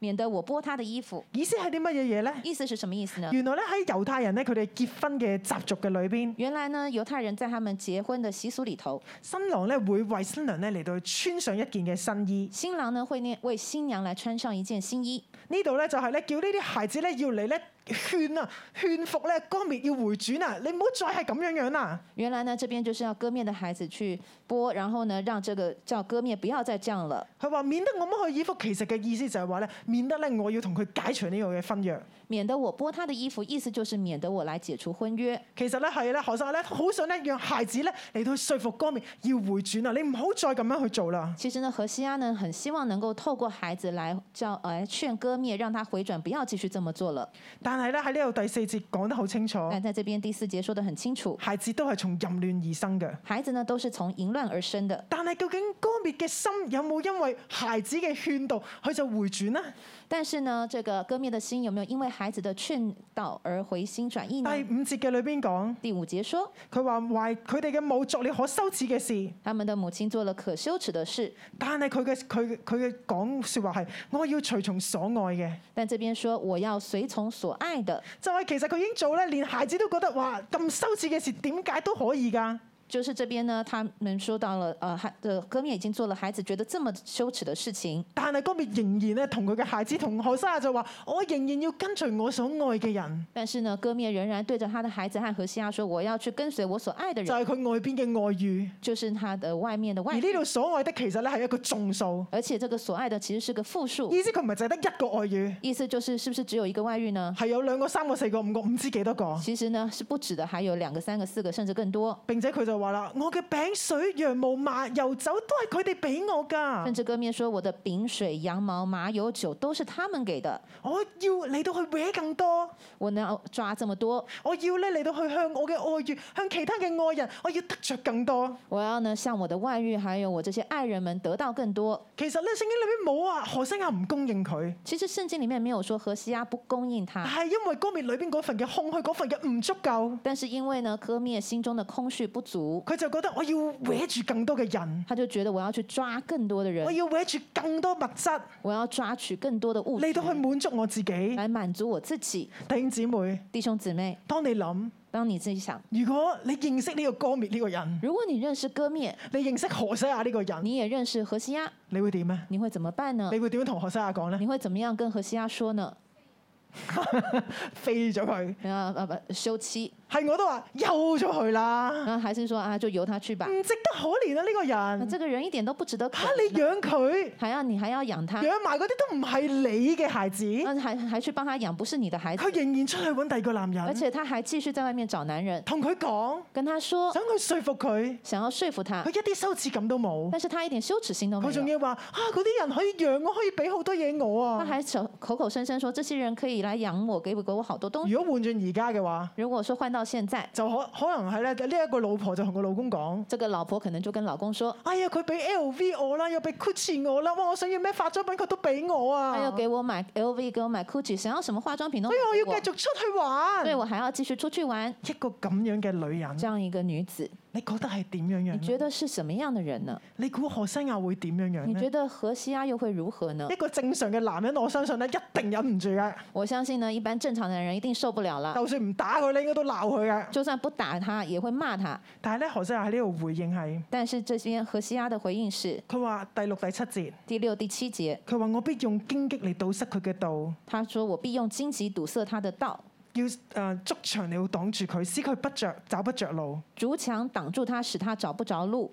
免得我剥他的衣服，
意思係啲乜嘢嘢咧？
意思是什么意思呢？
原來咧喺猶太人咧，佢哋結婚嘅習俗嘅裏邊，
原来呢，犹太人在他们结婚的习俗里头，
新郎咧會為新娘咧嚟到穿上一件嘅新衣。
新郎呢会念为新娘来穿上一件新衣。
呢度咧就係咧叫呢啲孩子咧要嚟咧勸啊，勸服咧光滅要回轉啊，你唔好再係咁樣啊樣啦。
原来呢，这边就是要割面的孩子去剥，然后呢，让这个叫割面不要再这样了。
佢話免得我剝佢衣服，其實嘅意思就係話咧，免得咧我要同佢解除呢個嘅婚約。
免得我剥他的衣服，意思就是免得我来解除婚约。
其實咧係咧，何生咧好想咧讓孩子咧嚟到說服光滅要回轉啊，你唔好再咁樣去做啦。
其实呢，何西阿呢很希望能够透过孩子来叫呃劝割灭，让他回转，不要继续这么做了。
但係咧喺呢度第四節講得好清楚，
但在这边第四节说得很清楚，
孩子都係從淫亂而生嘅。
孩子呢都是从淫乱而生的，
但係究竟歌滅嘅心有冇因為孩子嘅勸導佢就回轉呢？
但是呢，这个割灭的心有没有因为孩子的劝导而回心转意
第
呢？
五節嘅裏邊講，
第五节说，
佢話懷佢哋嘅母作了可羞恥嘅事，
他们的母亲做了可羞耻的事，
但係佢嘅佢佢嘅講説話係我要隨從所愛嘅，
但这边说我要随從所爱的，
就係、其實佢已經做咧，連孩子都覺得哇咁羞恥嘅事點解都可以㗎。
就是这边呢，他们说到了呃，孩的割灭已经做了孩子觉得这么羞耻的事情，
但係歌滅仍然咧同佢嘅孩子同何西亞就話：我仍然要跟隨我所愛嘅人，
但是呢，割灭仍然对着他的孩子和何西亚说：“我要去跟随我所爱的
就
人，
係佢外邊嘅外遇。
就是他的外面的
而
外
呢
遇。
度所愛的其實咧係一個眾數，
而且这個所爱的其实是个复数，
意思佢唔係淨係得一個外遇。
意思就是是不是只有一個外遇呢？
係有兩個、三個、四個、五個，唔知幾多個。
其實呢是不止的，還有兩個、三個、四個，甚至更多。
並且佢就話啦：我嘅餅、水、羊毛、麻、油、酒都係佢哋俾我
甚
㗎，
至割面说我的饼、水、羊毛、麻油、酒都是他们给的，
我要嚟到去搲更多，
我能要抓这么多，
我要咧嚟到去向我嘅愛遇、向其他嘅愛人，我要得着更多。
我要呢向我的外遇還有我這些愛人們得到更多。
其實咧，聖經裏面冇啊，何西亞唔供應佢，
其實聖經裡面沒有說何西阿不供應
但
他，
係因為歌面裏邊嗰份嘅空虛、嗰份嘅唔足夠，
但是因為呢割面心中的空虛不足，
佢就覺得我要搲住更多嘅人，
他就覺得我要去抓更多的人
我，要搲住更多物質
我要抓取更多的物
嚟
质
到去滿足我自己。
来满足我自己。
弟兄姊妹，
弟兄姊妹，
當你諗，
当你自己想，
如果你認識呢個歌面呢個人，
如果你认识割面，
你認識何西亞呢個人，
你也认識何西阿，
你會點啊？
你會怎麼辦呢
你？會點樣同何西亞講咧？
你會怎麼樣跟何西阿說呢？
飛咗佢，
啊啊不，休妻，
係我都話休咗佢啦，
然後還是說啊，就由他去吧。
唔值得可憐啊！呢、
那
個人
这個人一點都不值得可
嚇、
憐
你
啊，
養佢，
還要你還要養他，
養埋嗰啲都唔係你嘅孩子，
那還還去幫他養，不是你的孩子，
佢仍然出去揾第二個男
而
人，
且他還繼續在外面找男人，
同佢講，
跟他說
想佢說服佢，
想要說服他
佢，一啲羞恥感都冇，
但是他一點羞恥心都沒
佢仲
有。
要話啊嗰啲人可以養我，可以俾好多嘢我
他
啊！
還口口口聲聲說這些人可以來養我，給我給我好多東西。
如果換轉而家嘅話，
如果說換到現在，
就可可能係咧呢一個老婆就同個老公講。
这个老婆可能就跟老公说
哎呀，佢俾 LV 我啦，又俾 Gucci 我啦，哇！我想要咩化妝品佢都俾我：“啊，
他要
所
給哎我買 LV，給我買 GUCCI，想要什麼化妝品都買
以我
給
哎要
我。
繼續出去
所以
玩。
我還要繼續出去玩。
一個咁樣嘅女”人，
這樣一個女子，
你覺得係點樣
你
樣呢？
覺得是什麼樣的人呢？
你估何西亞會點樣
你
樣
覺
呢？
得荷西阿又會如何呢
一？個正常嘅男人，我相信咧一定忍唔住嘅，
我相信呢，一般正常的人一定受不了了，
就算唔打佢，你應該都鬧佢嘅。
就算不打他，也會罵他。
但係咧，何西亞喺呢度回應係，
但是這邊荷西阿的回應是
佢話第六、第七節，
第六、第七節，
佢話我必用荊棘嚟堵塞佢嘅道，
他說：“我必用荆棘堵塞他的道，
要誒築牆嚟到擋住佢，使佢不着找不着路。
竹牆擋住他，使他找不着路。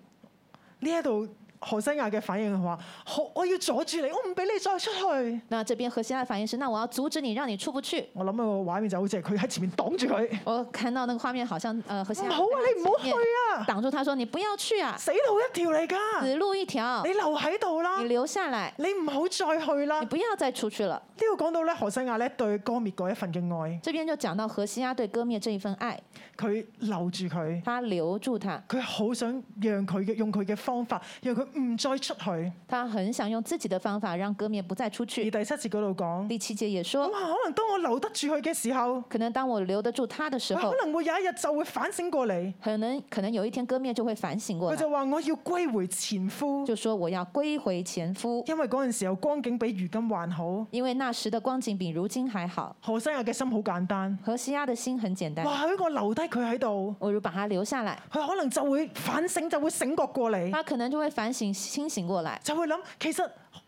呢一度何西亞嘅反應係話：好，我要阻住你，我唔俾你再出去。
那这边何西亚的反应是，那我要阻止你，让你出不去。
我諗個畫面就好似係佢喺前面擋住佢，
我看到那个画面，好像呃何西
唔
亚
好啊，你唔好去啊，嗯
挡住他说，你不要去啊，
死路一條嚟㗎，
死路一条
你，留喺度啦
你，留下来，
你唔好再去啦。
你
呢
不要再出去了。
度講到咧何西亞咧對歌滅嗰一份嘅愛，
这边就讲到何西亚对割灭这一份爱，
佢留住佢。
他留住他，
佢好想讓佢嘅用佢嘅方法，讓佢唔再出去。
他很想用自己的方法让割灭不再出
而
去。
第七節嗰度講，
第七节也说，
哇，可能當我留得住佢嘅時候，
可能当我留得住他的时
佢
候，
可能會有一日就會反省過嚟。
可能可能有一天割灭就会反省过
佢
来，
就話我要歸回前夫，
就說我要歸回前夫，
因為嗰陣時候光景比如今還好。
因为那时的光景比如今还好。
何西亞嘅心好簡單，
何西亚的心很简单，
話如果我留低佢喺度，
我如把他留下来，
佢可能就會反省，就會醒覺過嚟，
他可能就会反省清醒过来，
就會諗其實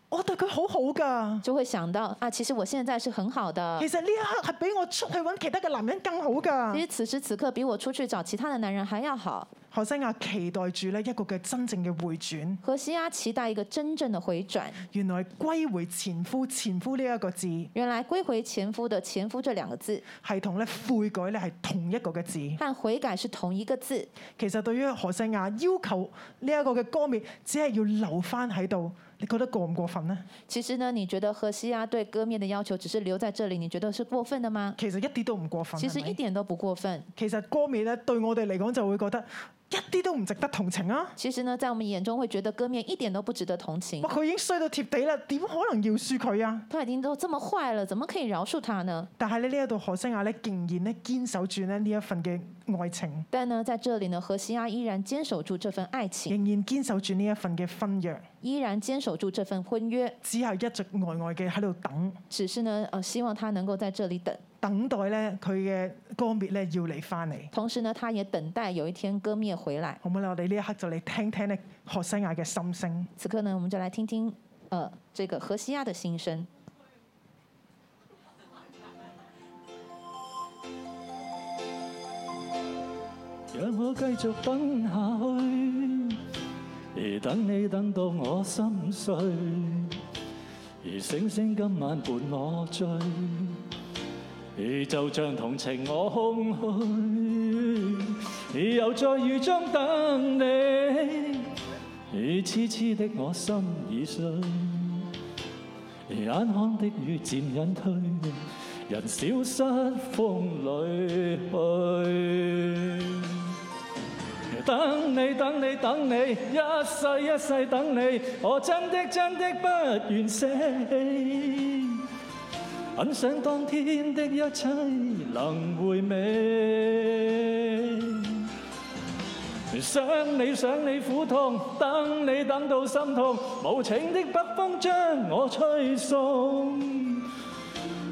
我對佢好好㗎。
就会想到啊，其实我現在是啊很好的
其，實呢一刻係比我出去揾其他嘅男人更好
其
㗎。
实此时此刻比我出去找其他的男人还要好。
何西亞期待住呢一個嘅真正嘅回轉。
何西亚期待一个真正的回转。
原來歸回前夫，前夫呢一個字
原来“歸回前夫”的“前夫”这两个字
係同咧悔改咧係同一個嘅字。
和悔改是同一个字。
其實對於何西亞要求呢一個嘅歌滅，只係要留翻喺度，你覺得過唔過分呢？
其实呢，你觉得何西亚对割面的要求只是留在这里，你觉得是过分的吗？
其實一啲都唔過分。
其实
係咪
一點都不过分。
其實歌滅咧對我哋嚟講就會覺得一啲都唔值得同情啊！
其实呢，在我们眼中会觉得割面一點都不值得同情
哇，。佢已經衰到貼地啦，點可能要輸佢啊？
他已经都这么坏了，怎么可以饶恕他呢？
但係咧呢一度何西亞咧竟然咧堅守住咧呢一份嘅愛情，
但呢，在这里呢，何西阿依然坚守住这份爱
仍
情，
然堅守住呢一份嘅婚約，
依然坚守住这份婚约，
只係一直呆呆嘅喺度等。
只是呢，呃，希望他能够在这里等，
等待咧佢嘅歌滅咧要嚟翻嚟。
同时呢，他也等待有一天割灭回来。
好唔好咧？我哋呢一刻就嚟聽聽咧何西亞嘅心聲。
此刻呢，我们就来听听，呃，这个何西阿的心声。
让我繼續等下去，而等你等到我心碎，而星星今晚伴我醉，而就像同情我空虛，而又在雨中等你，而痴痴的我心已碎，而眼看的雨漸隱退，人消失風裏去。等你等你等你，一世一世等你，我真的真的不願捨棄。很想當天的一切能回味，想你想你苦痛，等你等到心痛，無情的北風將我吹送，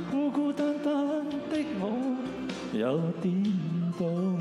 孤孤單單的我有點凍。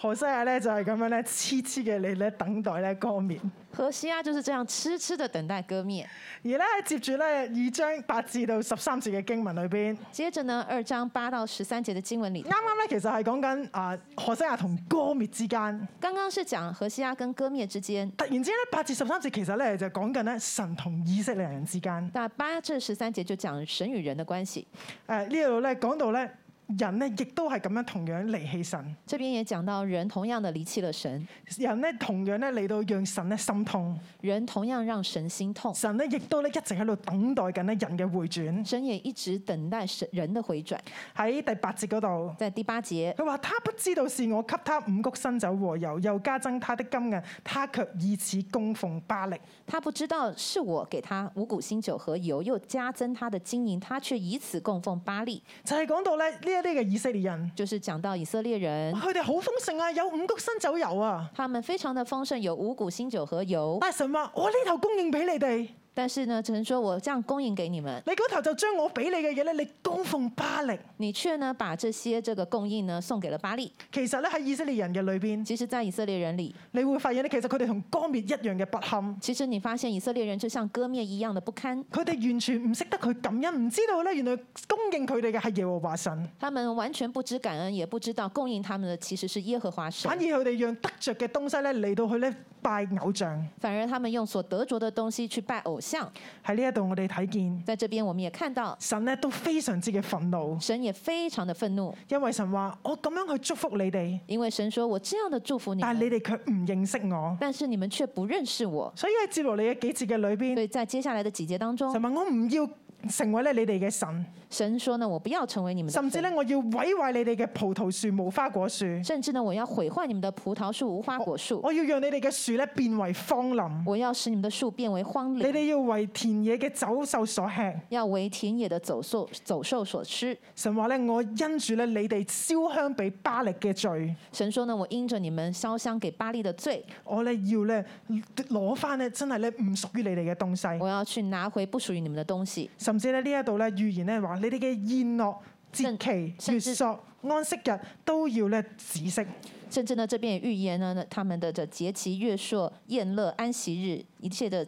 何西亞啊咧就係咁樣咧，痴痴嘅你咧等待咧歌滅。
何西阿就是这样痴痴的等待割灭。
而咧接住咧二章八至到十三節嘅經文裏邊，
接着呢，二章八到十三节的经文里
啱，啱咧其實係講緊啊何西亞同歌滅之間。
刚刚是讲何西阿跟割灭之间，
突然之間咧八至十三節其實咧就講緊咧神同以色列人之間。
那八至十三节就讲神与人的关系。
誒呃呢度咧講到咧人咧亦都係咁樣同樣離棄神，
这边也讲到，人同样的离弃了神，
人咧同樣咧嚟到讓神咧心痛，
人同样让神心痛，
神咧亦都咧一直喺度等待緊咧人嘅回轉。
神也一直等待神人的回转。
喺第八節嗰度。
在第八节，
佢話：他不知道是我給他五谷新酒和油，又加增他的金銀，他卻以此供奉巴力。
他不知道是我给他五谷新酒和油，又加增他的金银，他却以此供奉巴利。
就係、講到咧呢一啲嘅以色列人，
就是讲到以色列人，
佢哋好豐盛啊，有五谷新酒油啊。
他们非常的丰盛，有五谷新酒和油，
但係神話：我呢頭供應俾你哋，
但是呢，只能说我这样供应给你们，
你嗰頭就將我俾你嘅嘢咧，你供奉巴力。
你却呢把这些这个供应呢送给了巴利。
其實咧喺以色列人嘅裏邊，
其實，在以色列人里，
你會發現咧，其實佢哋同光滅一樣嘅不堪，
其實你發現以色列人就像割面一樣的不堪，
佢哋完全唔識得去感恩，唔知道咧原來供應佢哋嘅係耶和華神，
他們完全不知感恩，也不知道供應他們的其實是耶和華神
反而，佢哋讓得着嘅東西咧嚟到去咧拜偶像。
反而他們用所得着的東西去拜偶像。
喺呢一度我哋睇見
在這邊我們也看到，
神咧都非常之嘅憤怒，
神也非常的憤怒，
因為神話我咁樣去祝福你哋，
因為神說我這樣的祝福你
但係
們，
你哋卻唔認識我。
但是你們卻不認識我。
所以喺接落嚟嘅幾節嘅裏
所
邊，
以在接下來的幾節當中
神，話我唔要成為咧你哋嘅神，
神說呢，我不要成為你們的
甚至咧
神，
我要毀壞你哋嘅葡萄樹、無花果樹。
甚至呢，我要毀壞你們的葡萄樹、無花果樹，
我要讓你哋嘅樹咧變為荒林，
我要使你們的樹變為荒
你
林，
哋要為田野嘅走獸所吃。
要為田野的走獸走獸所吃。
神話咧，我因住咧你哋燒香俾巴力嘅罪，
神說呢，我因着你們烧香给巴利的罪，
我咧要咧攞翻咧真係咧唔屬於你哋嘅東西，
我要去拿回不屬於你們的東西，
甚至咧呢一度咧預言咧話你哋嘅宴樂、節
甚
期、
甚
月
至
朔、安息日都要咧止息。
甚至呢，这边也预言呢，他们的这节期、月朔、宴乐、安息日，一切的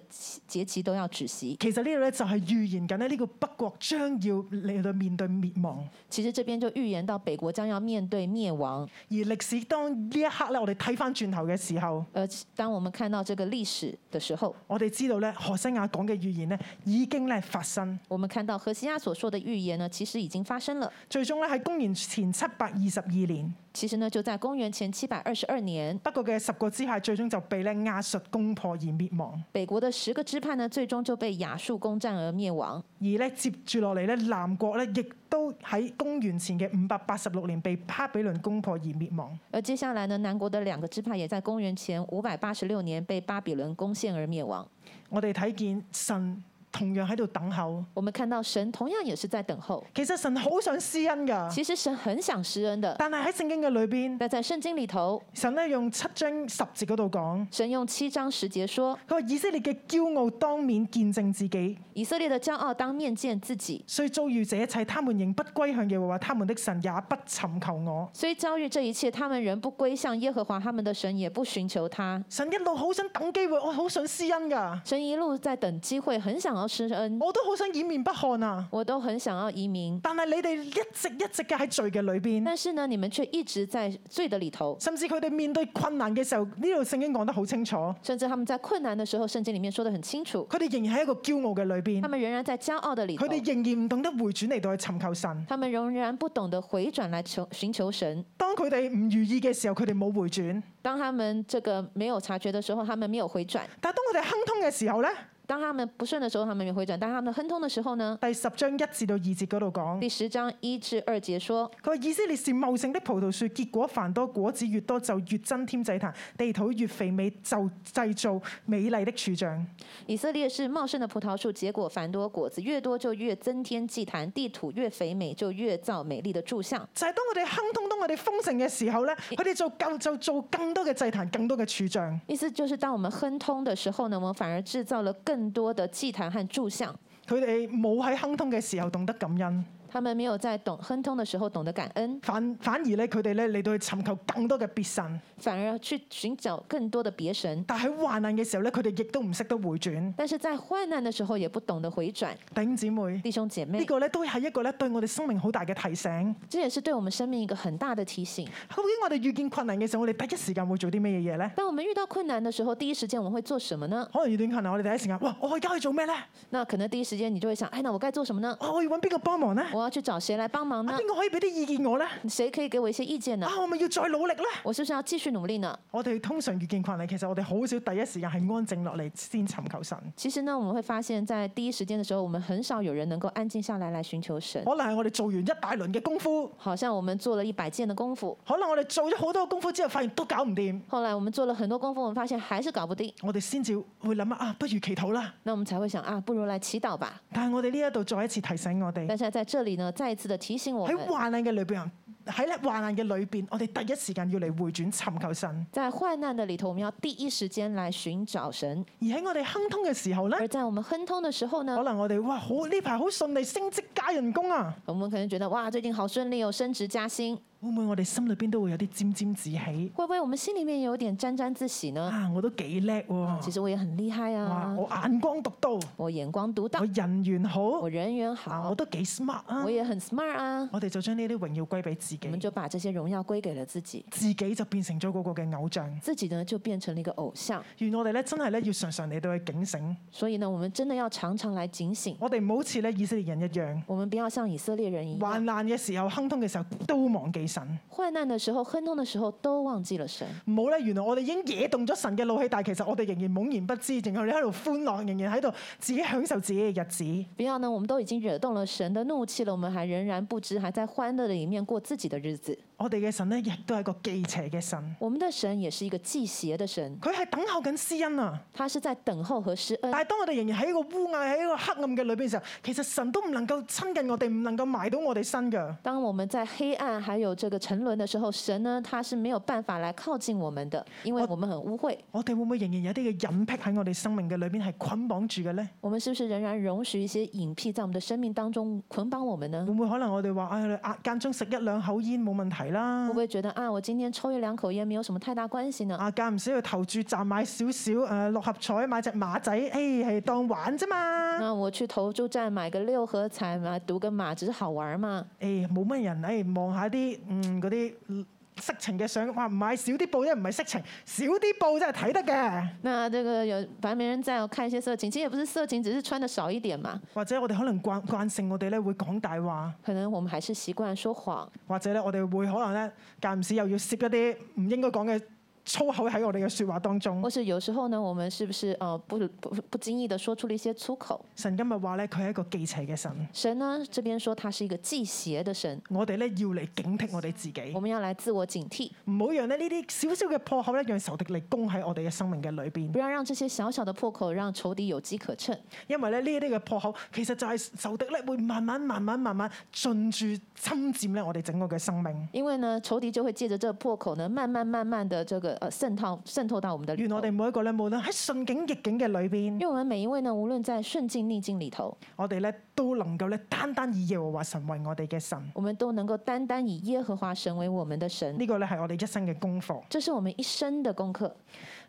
节期都要止息。
其實呢度咧就係預言緊咧呢個北國將要嚟到面對滅亡，
其实这边就预言到北国將要面对灭亡。
而歷史當呢一刻咧我哋睇翻轉頭嘅時候。
呃，当我们看到这个历史的时候，
我哋知道咧，何西雅講嘅預言咧已經咧發生，
我们看到何西亚所说的预言呢，其实已经发生了。
最終咧喺公元前七百二十二年，
其實呢，就在公元前七百二十二年，
北國嘅十個支派最終就被咧亞述攻破而滅亡，
北國的十個支派呢，最終就被亞述攻占而滅亡。
而咧接住落嚟咧南國咧亦都喺公元前嘅五百八十六年被巴比倫攻破而滅亡。
而接下来呢，南國的兩個支派也在公元前五百八十六年被巴比伦攻陷而滅亡。
我哋睇見神同樣喺度等候，
我們看到神同樣也是在等候。
其實神好想施恩㗎，
其實神很想施恩的，
但係喺聖經嘅裏邊，
但在聖經裡頭，
神咧用七章十節嗰度講，
神用七章十節說：
佢話以色列嘅驕傲當面見證自己。
以色列的驕傲當面見自己，
雖遭遇這一切，他們仍不歸向耶和華他們的神，也不尋求我。
雖遭遇這一切，他們仍不歸向耶和華他們的神，也不尋求他。
神一路好想等機會，我好想施恩㗎，
神一路在等機會，很想要施恩，
我都好想掩面不看啊！
我都很想要移民。
但係你哋一直一直嘅喺罪嘅裏邊，
但是呢，你們卻一直在罪的裡頭，
甚至佢哋面對困難嘅時候，呢度聖經講得好清楚，
甚至他們在困難的時候，聖經裡面說得很清楚，
佢哋仍然喺一個驕傲嘅裏邊
他，們仍然在驕傲的裡
佢哋
頭，
仍然唔懂得回轉嚟到去尋求神。
他們仍然不懂得回轉來求尋求神。
當佢哋唔如意嘅時候，佢哋冇回轉；
當他們這個沒有察覺的時候，他們没有回轉；
但係當佢哋亨通嘅時候呢，
當他們不順的時候，他們没有回轉；當他們亨通的時候呢？
第十章一至到二節嗰度講。
第十章一至二節說：
佢話以色列是茂盛的葡萄樹，結果繁多，果子越多就越增添祭壇，地土越肥美就製造美麗的柱像。
以色列是茂盛的葡萄樹，結果繁多，果子越多就越增添祭壇，地土越肥美就越造美麗的柱像。
就係、當我哋亨通，當我哋豐盛嘅時候咧，佢哋就更就做更多嘅祭壇，更多嘅柱像。
意思就是，當我們亨通的時候呢，我們反而制造了更多的祭壇和柱像。
佢哋冇喺亨通嘅時候懂得感恩，
他們沒有在懂亨通的時候懂得感恩，
反反而咧佢哋咧嚟到去尋求更多嘅別神。
反而去尋找更多的別神。
但喺患難嘅時候咧，佢哋亦都唔識得回轉。
但是在患難的時候也不懂得回轉。
弟兄姊妹，
弟兄姐
呢
妹，
個咧都係一個咧對我哋生命好大嘅提醒。
這也是對我們生命一個很大的提醒。
究竟我哋遇見困難嘅時候，我哋第一時間會做啲咩嘢嘢咧？
當我們遇到困難的時候，第一時間我們會做什麼呢？
可能遇到困難，啊我哋第一時間，哇！我而家去做咩咧？啊
那可能第一時間你就會想，哎，那我該做什麼呢？
啊，我要揾邊個幫忙咧？
我要去找誰來幫忙
啊，
呢？
邊個可以俾啲意見我咧？啊，
誰可以給我一些意見呢？
我咪要再努力咧？
我是不是要繼續努力呢？
我哋通常遇見困難，其實我哋好少第一時間係安靜落嚟先尋求神。
其實呢，我們會發現，在第一時間的時候，我們很少有人能夠安靜下來來尋求神。
可能係我哋做完一大輪嘅功夫，
好像我們做了一百件的功夫，
可能我哋做咗好多功夫之後，發現都搞唔掂，
後來我們做了很多功夫，我們發現還是搞不定，
我哋先至會諗啊，不如祈禱啦。
那我們才會想啊，不如來祈禱吧。
但係我哋呢一度再一次提醒我哋
但是在這裡呢，再一次的提醒我
喺
們，
患難嘅裏邊，喺咧患難嘅裏邊，我哋第一時間要嚟回轉尋求神；
在患难的里头，我们要第一时间来寻找神；
而喺我哋亨通嘅時候咧
而，在我们亨通的时候呢
可，能我哋哇好呢排好順利升職加人工啊，
我们可能觉得哇，最近好顺利哦，升职加薪，
會唔會我哋心裏邊都會有啲沾沾自喜
会不会我们心里面有点沾沾自喜呢？
啊？我都幾叻
嗯其
喎，
实我也很厉害
哇！
啊，
我眼光獨到，
我眼光独到
我，人緣好
我，人缘
啊，
好
我，都幾 smart 啊
我！也很 smart 啊。
我哋就將呢啲榮耀歸俾自
我们
己，
就把这些荣耀归给了自己，
自己就變成咗嗰個嘅偶像。
自己呢就变成了一个偶像。
原來我哋咧真係咧要常常嚟到去警醒，
所以呢，我们真的要常常来警醒，
我哋唔好似咧以色列人一樣，
我们不要像以色列人一样，
患難嘅時候、亨通嘅時候都忘記神。
患难的时候、亨通的时候都忘记了神。
唔好咧，原來我哋已經惹動咗神嘅怒氣，但係其實我哋仍然懵然不知，淨係喺度歡樂，仍然喺度自己享受自己嘅日子。
不要呢，我们都已经惹动了神的怒气了，我们还仍然不知，还在欢乐的里面过自己的日子。
我哋嘅神咧，亦都係一個忌邪嘅神，
我们的神也是一个忌邪的神，
佢係等候緊施恩啊！
他是在等候和施恩
但。係當我哋仍然喺一個烏暗、喺一個黑暗嘅裏邊嘅時候，其實神都唔能夠親近我哋，唔能夠埋到我哋身㗎。
当我们在黑暗还有这个沉沦的时候，神呢，他是没有办法来靠近我们的，因为
我
我们很污秽。
我哋會唔會仍然有啲嘅隱癖喺我哋生命嘅裏邊係捆綁住嘅咧？
我们是不是仍然容许一些隐蔽在我们的生命当中捆綁我们呢
會？唔會可能我哋話唉，壓間中食一兩口煙冇問題啦
会不？会觉得啊，我今天抽一两口烟没有什么太大关系呢？
啊，間唔少去投注站買少少誒六合彩，買隻馬仔，誒、係當玩啫嘛。
那我去投注站买个六合彩嘛，赌个马，只是好玩嘛。
誒哎冇乜人誒望下啲嗯嗰啲嗯色情嘅相，哇唔買少啲報啫，唔係色情，少啲報真係睇得嘅。
那这个有反正没人在，我看一些色情，其实也不是色情，只是穿的少一點嘛。
或者我哋可能慣慣性，我哋咧會講大話，
可能我们還是習慣說謊，
或者咧我哋會可能咧間唔時又要攝一啲唔應該講嘅粗口喺我哋嘅説話當中
或。是有時候呢，我們是不是呃不不不经意的說出了一些粗口？
神今日話咧，佢係一個忌邪嘅神，
神呢這邊說他是一個忌邪的神，
我哋咧要嚟警惕我哋自己
我。們要來自我警惕，
唔好讓咧呢啲少少嘅破口咧，讓仇敵嚟攻喺我哋嘅生命嘅裏邊。
不要讓這些小小的破口讓仇敵有機可乘，
因為咧呢啲嘅破口，其實就係仇敵咧會慢慢、慢慢、慢慢進駐侵佔咧我哋整個嘅生命。
因為呢仇敵就會借着這個破口呢，慢慢慢慢的這個呃滲透滲透到我們的里
願
頭
我哋每一個咧，無論喺順境逆境嘅裏
因
邊，
為我們每一位呢，無論在順境逆境里頭，
我哋咧都能夠咧單單以耶和華神為我哋嘅神。
我們都能夠單單以耶和華神為我們的神。
呢個咧係我哋一生嘅功課。
这是我们一生的功课。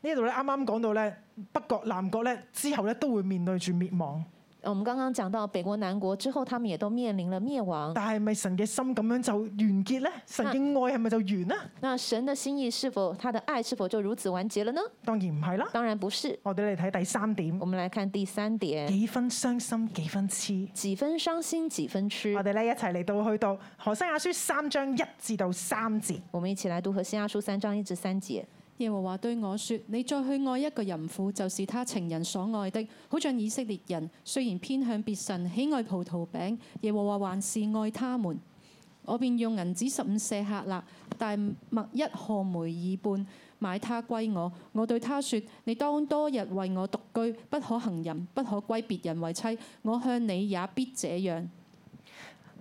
呢度咧啱啱講到咧北國南國咧之後咧都會面對住滅亡，
呃我們剛剛講到北國、南國之後，他們也都面臨了滅亡。
但係咪神嘅心咁樣就完結咧？神嘅愛係咪就完呢？
那神的心意是否，他的愛是否就如此完結了呢？
當然唔係啦。
當然不是。
我哋嚟睇第三點。
我們來看第三點：
幾分傷心幾分痴。
幾分傷心幾分痴
我。哋咧一齊嚟到去到何西阿書三章一至到三節。
我們一起來讀《何西阿書》三章一至三節。
耶和華對我說：你再去愛一個淫婦，就是他情人所愛的，好像以色列人雖然偏向別神，喜愛葡萄餅，耶和華還是愛他們。我便用銀子十五舍客勒，但麥一賀梅爾半，買他歸我。我對他說：你當多日為我獨居，不可行淫，不可歸別人為妻。我向你也必這樣。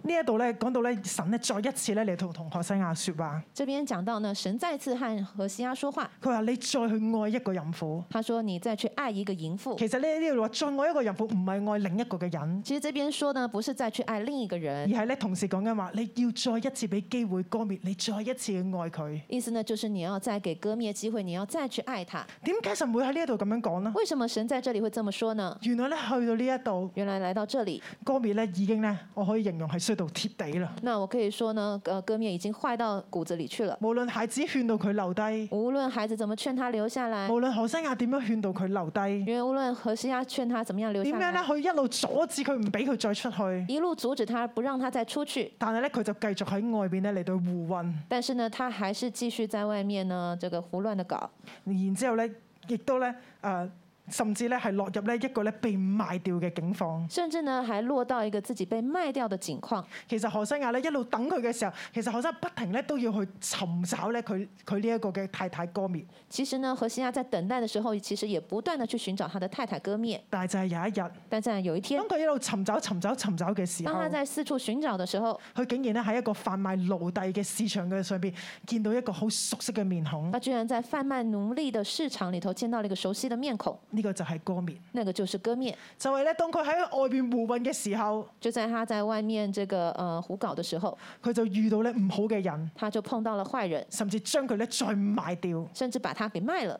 呢一度咧講到咧神咧再一次咧嚟同同何西阿説話，
這邊講到呢，神再次和何西阿說話，
佢話你再去愛一個淫婦。
他說：“你再去愛一個淫婦。
其實呢呢度話再愛一個淫婦唔係愛另一個嘅人”，
其實這邊說呢，不是再去愛另一個
而
人，
係咧同時講緊話，你要再一次俾機會歌滅，你再一次去愛佢。
意思呢就是你要再給割滅機會，你要再去愛他。
點解神會喺呢一度咁樣講呢？
為什麼神在這裡會這麼說呢？
原來咧去到呢一度，
原来来到這裡，
歌滅咧已經咧，我可以形容係衰到貼地啦。
那我可以說呢，呃，割面已經壞到骨子裡去了。
無論孩子勸到佢留低。
無論孩子怎麼勸他留下來，
無論何西亞點樣勸導佢留低，
因為無論何西亞勸他怎麼樣留
點
下
樣咧
來，
佢一路阻止佢唔俾佢再出去，
一路阻止他，不讓他再出去。
但係咧佢就繼續喺外邊咧嚟到胡混，
但是呢，他還是繼續在外面呢，這個胡亂的搞，
然之後咧亦都咧誒呃甚至咧係落入呢一個咧被賣掉嘅境況。
甚至呢还落到一个自己被卖掉的境况。
其實何西亞咧一路等佢嘅時候，其實何西亞不停咧都要去尋找咧佢佢呢一個嘅太太歌篾，
其实呢，何西亚在等待的时候，其实也不断的去寻找他的太太割灭。
但係就係有一日，
但在有一天
當，佢一路尋找尋找尋找嘅時
当他
候，
在四处寻找的时候，
佢竟然咧喺一個販賣奴隸嘅市場嘅上邊見到一個好熟悉嘅面孔，
他居然在贩卖奴隶的市场里头见到了一个熟悉的面孔，
呢、個就係歌篾。
那个就是割面。
就係咧，當佢喺外邊胡混嘅時候，
就在他在外面这个呃胡搞的时候，
佢就遇到咧唔好嘅人，
他就碰到了坏人，
甚至將佢咧再賣掉。
甚至把他给卖了。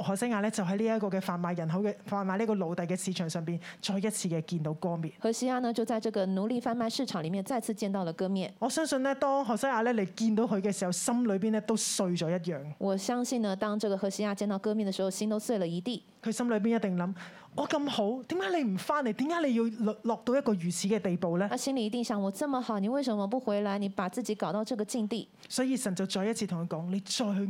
何西亞咧就喺呢一個嘅販賣人口嘅販賣呢個奴隸嘅市場上邊，再一次嘅見到歌篾。
何西阿呢就在这个奴隶贩卖市场里面再次见到了割面。
我相信咧，當何西亞咧嚟見到佢嘅時候，心裏邊咧都碎咗一樣。
我相信呢，当这个何西阿见到割面的时候，心都碎了一地。
佢心裏邊一定諗：我咁好，點解你唔翻嚟？點解你要落落到一個如此嘅地步呢？
他心里一定想：我这么好，你为什么不回来？你把自己搞到这个境地。
所以神就再一次同佢講：你再去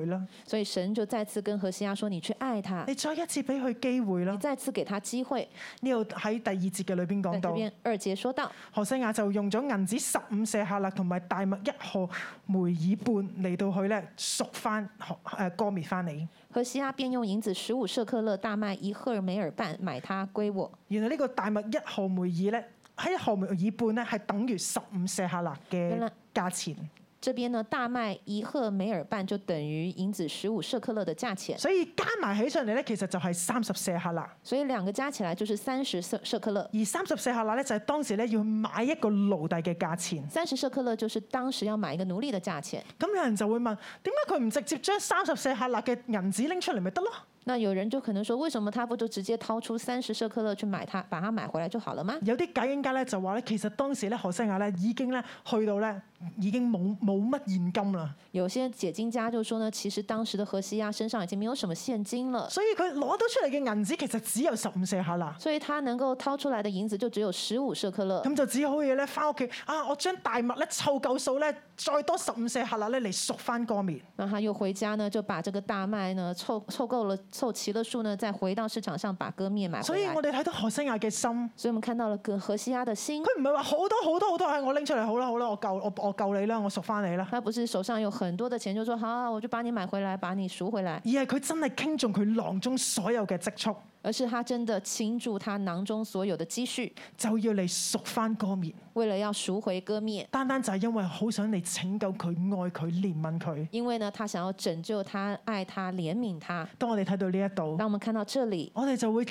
愛佢啦，
所以神就再次跟何西阿说：你去愛他，
你再一次俾佢機會啦
你。再次给他机会。
呢度喺第二節嘅裏邊講
在这
到，
边二节说到，
何西亞就用咗銀子十五舍客勒同埋大麥一荷梅爾半嚟到去咧贖翻誒呃歌滅翻嚟。
何西阿便用银子十五舍克勒大麦一赫尔梅尔半买他归我。
原來呢個大麥一毫梅爾咧，喺一毫梅爾半咧係等於十五舍客勒
原
嘅
來
價錢，
这边呢，大麦一赫梅尔半就等于银子十五舍克勒的价钱，
所以加埋起上嚟咧，其實就係三十舍客勒。
所以两个加起来就是三十舍舍克勒。
而三十舍客勒咧就係當時咧要買一個奴隸嘅價錢。
三十舍克勒就是當時要買一個奴隸的價錢。
咁有人就會問：點解佢唔直接將三十舍客勒嘅銀紙拎出嚟咪得咯？
那有人就可能說，為什麼他不就直接掏出三十舍克勒去買它，把它買回來就好了嗎？
有啲解經家咧就話咧，其實當時咧何西亞咧已經咧去到咧已經冇冇乜現金啦，
有些解經家就說呢，其實當時的荷西亞身上已經沒有什麼現金了，
所以佢攞到出嚟嘅銀紙其實只有十五舍客勒。
所以他能夠掏出來的銀子就只有十五舍克勒。
咁就只好嘢咧，翻屋企啊！我將大麥咧湊夠數咧，再多十五舍客勒咧嚟贖翻個面。
那他又回家呢，就把這個大麥呢湊湊夠了，湊齊了數呢，再回到市場上把割面買
所
回
以
來。
我哋睇到何西亞嘅心，
所以我們看到了葛荷西亞的心，
佢唔係話好多好多好多，係我拎出嚟好啦好啦，我救我我救你啦，我贖翻你啦，
他不是手上有很多的錢就說好、我就把你買回來，把你贖回來。
而係佢真係傾盡佢囊中所有嘅積蓄，
而是他真的倾注他囊中所有的积蓄，
就要嚟贖翻個面。
为了要赎回割灭，
單單就係因為好想你拯救佢、愛佢、憐憫佢。
因为呢，他想要拯救他、爱他、怜悯他。
當我哋睇到呢一度，
当我们看到这里，
我哋就會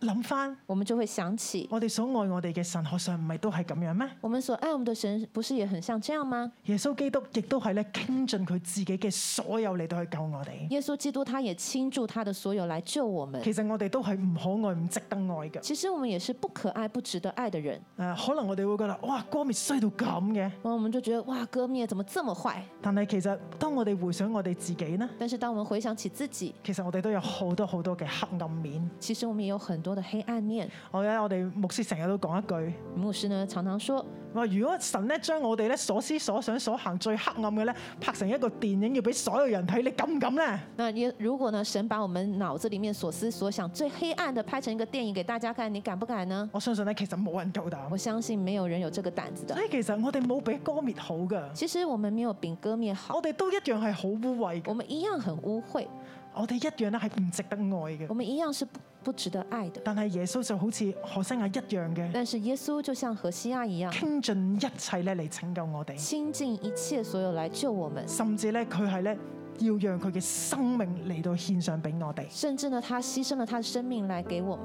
諗翻，
我们就會想起，
我哋所愛我哋嘅神，何上唔係都係咁樣咩？
我们所爱我们的神不是也很像这样吗？
耶穌基督亦都係咧傾盡佢自己嘅所有嚟到去救我哋。
耶稣基督他也倾注他的所有来救我们。
其實我哋都係唔可愛、唔值得愛嘅。誒、
其实我们也是不可爱、不值得爱的人。
可能我哋會覺得哇，歌滅衰到咁嘅。
然后我们就觉得哇，割灭怎么这么坏？
但係其實當我哋回想我哋自己呢，
但是当我们回想起自己，
其實我哋都有好多好多嘅黑暗面。
其实我们也有很多的黑暗面。
我咧，我哋牧師成日都講一句。
牧师呢常常说，
話如果神咧將我哋咧所思所想所行最黑暗嘅咧拍成一個電影，要俾所有人睇，你敢唔敢咧？
那也如果呢，神把我们脑子里面所思所想最黑暗的拍成一个电影给大家看，你敢不敢呢？
我相信咧，其實冇人夠膽
我。相信没有人有这个胆子的
所。以其實我哋冇比歌滅好噶，
其实我们没有比歌灭好，
我哋都一樣係好污穢嘅，
我们一样很污秽，
我哋一樣咧係唔值得愛嘅
我。们一样是不不值得爱的。
但係耶穌就好似何西亞一樣嘅，
但是耶稣就像何西亚一样，
傾盡一切咧嚟拯救我哋，
倾尽一切所有来救我们，
甚至咧佢係咧要讓佢嘅生命嚟到獻上俾我哋。
甚至呢，他牺牲了他的生命来给我们。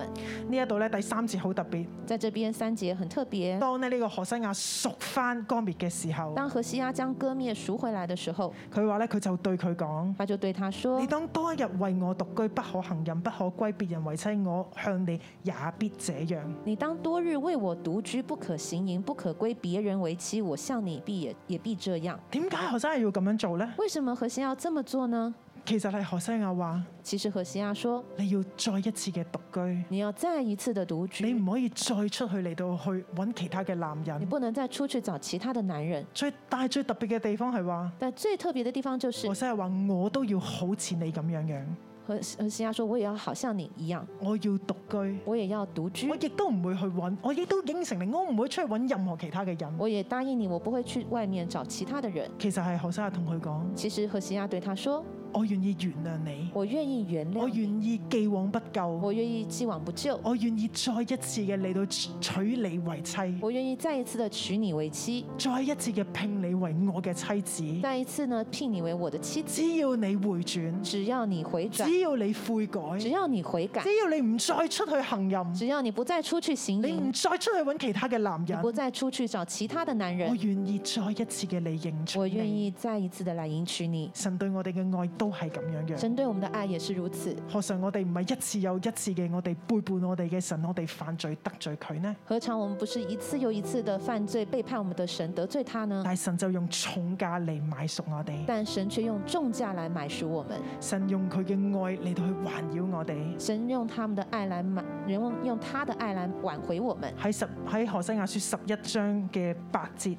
呢一度咧第三節好特別，
在这边三节很特别，
當咧呢個何西亞贖翻歌滅嘅時候，
当何西亚将歌灭赎回来的时候，
佢話咧佢就對佢講。
他就对他说
你：當多一日為我獨居，不可行淫，不可歸別人為妻，我向你也必這樣。
你当多日为我独居，不可行淫，不可归别人为妻，我向你必也也必这样。
點解何西亞要咁樣做呢？
为什么何西要这么做呢？
其實係何西亞話：
其实何西亚说，
你要再一次嘅獨
你要再一次的独
居，你
居，
唔可以再出去嚟到去揾其他嘅男
你
人。
不能再出去找其他的男人。
最但係最特別嘅地方係話，
但最特别的地方就是
何西亞話我都要好似你咁樣樣。
和和西亚说：“我也要好像你一样，
我要獨居，
我也要獨居
我，亦都唔會去揾，我亦都應承你，我唔會出去揾任何其他嘅人。
我也答應你，我不會去外面找其他的人。
其實係何西亞同佢講，”
其實何西亚對他說
我願意原諒你：“，
我願意原
我
諒你，
願意既往不咎，
我願意既往不咎，
我願意再一次嘅嚟到娶你為妻，
我願意再一次的娶你為妻，
再一次嘅聘你為我嘅妻子。
再一次呢聘你為我的妻子。
只要你回轉，
只要你回轉，
只要你悔改，
只要你悔改，
只要你唔再出去行淫，
只要你不再出去行
你唔
淫，
再出去揾其他嘅男
你
人，
不再出去找其他的男
啊我
人，
願意再一次嘅嚟認出
我願
你。
意再一次的來迎娶你。
神對我哋嘅愛都係咁樣嘅。
神對我們的愛也是如此。
何嘗我哋唔係一次又一次嘅，我哋背叛我哋嘅神，我哋犯罪得罪佢呢？
何嘗我們不是一次又一次的犯罪背叛我們的神，得罪他呢？
但神就用重價嚟買贖我哋，
但神却用重價來買贖我們，
神用佢嘅愛嚟到去環繞我哋。
神用他們的愛來買，用用他的愛來挽回我們。
喺十喺何西亞書十一章嘅八節，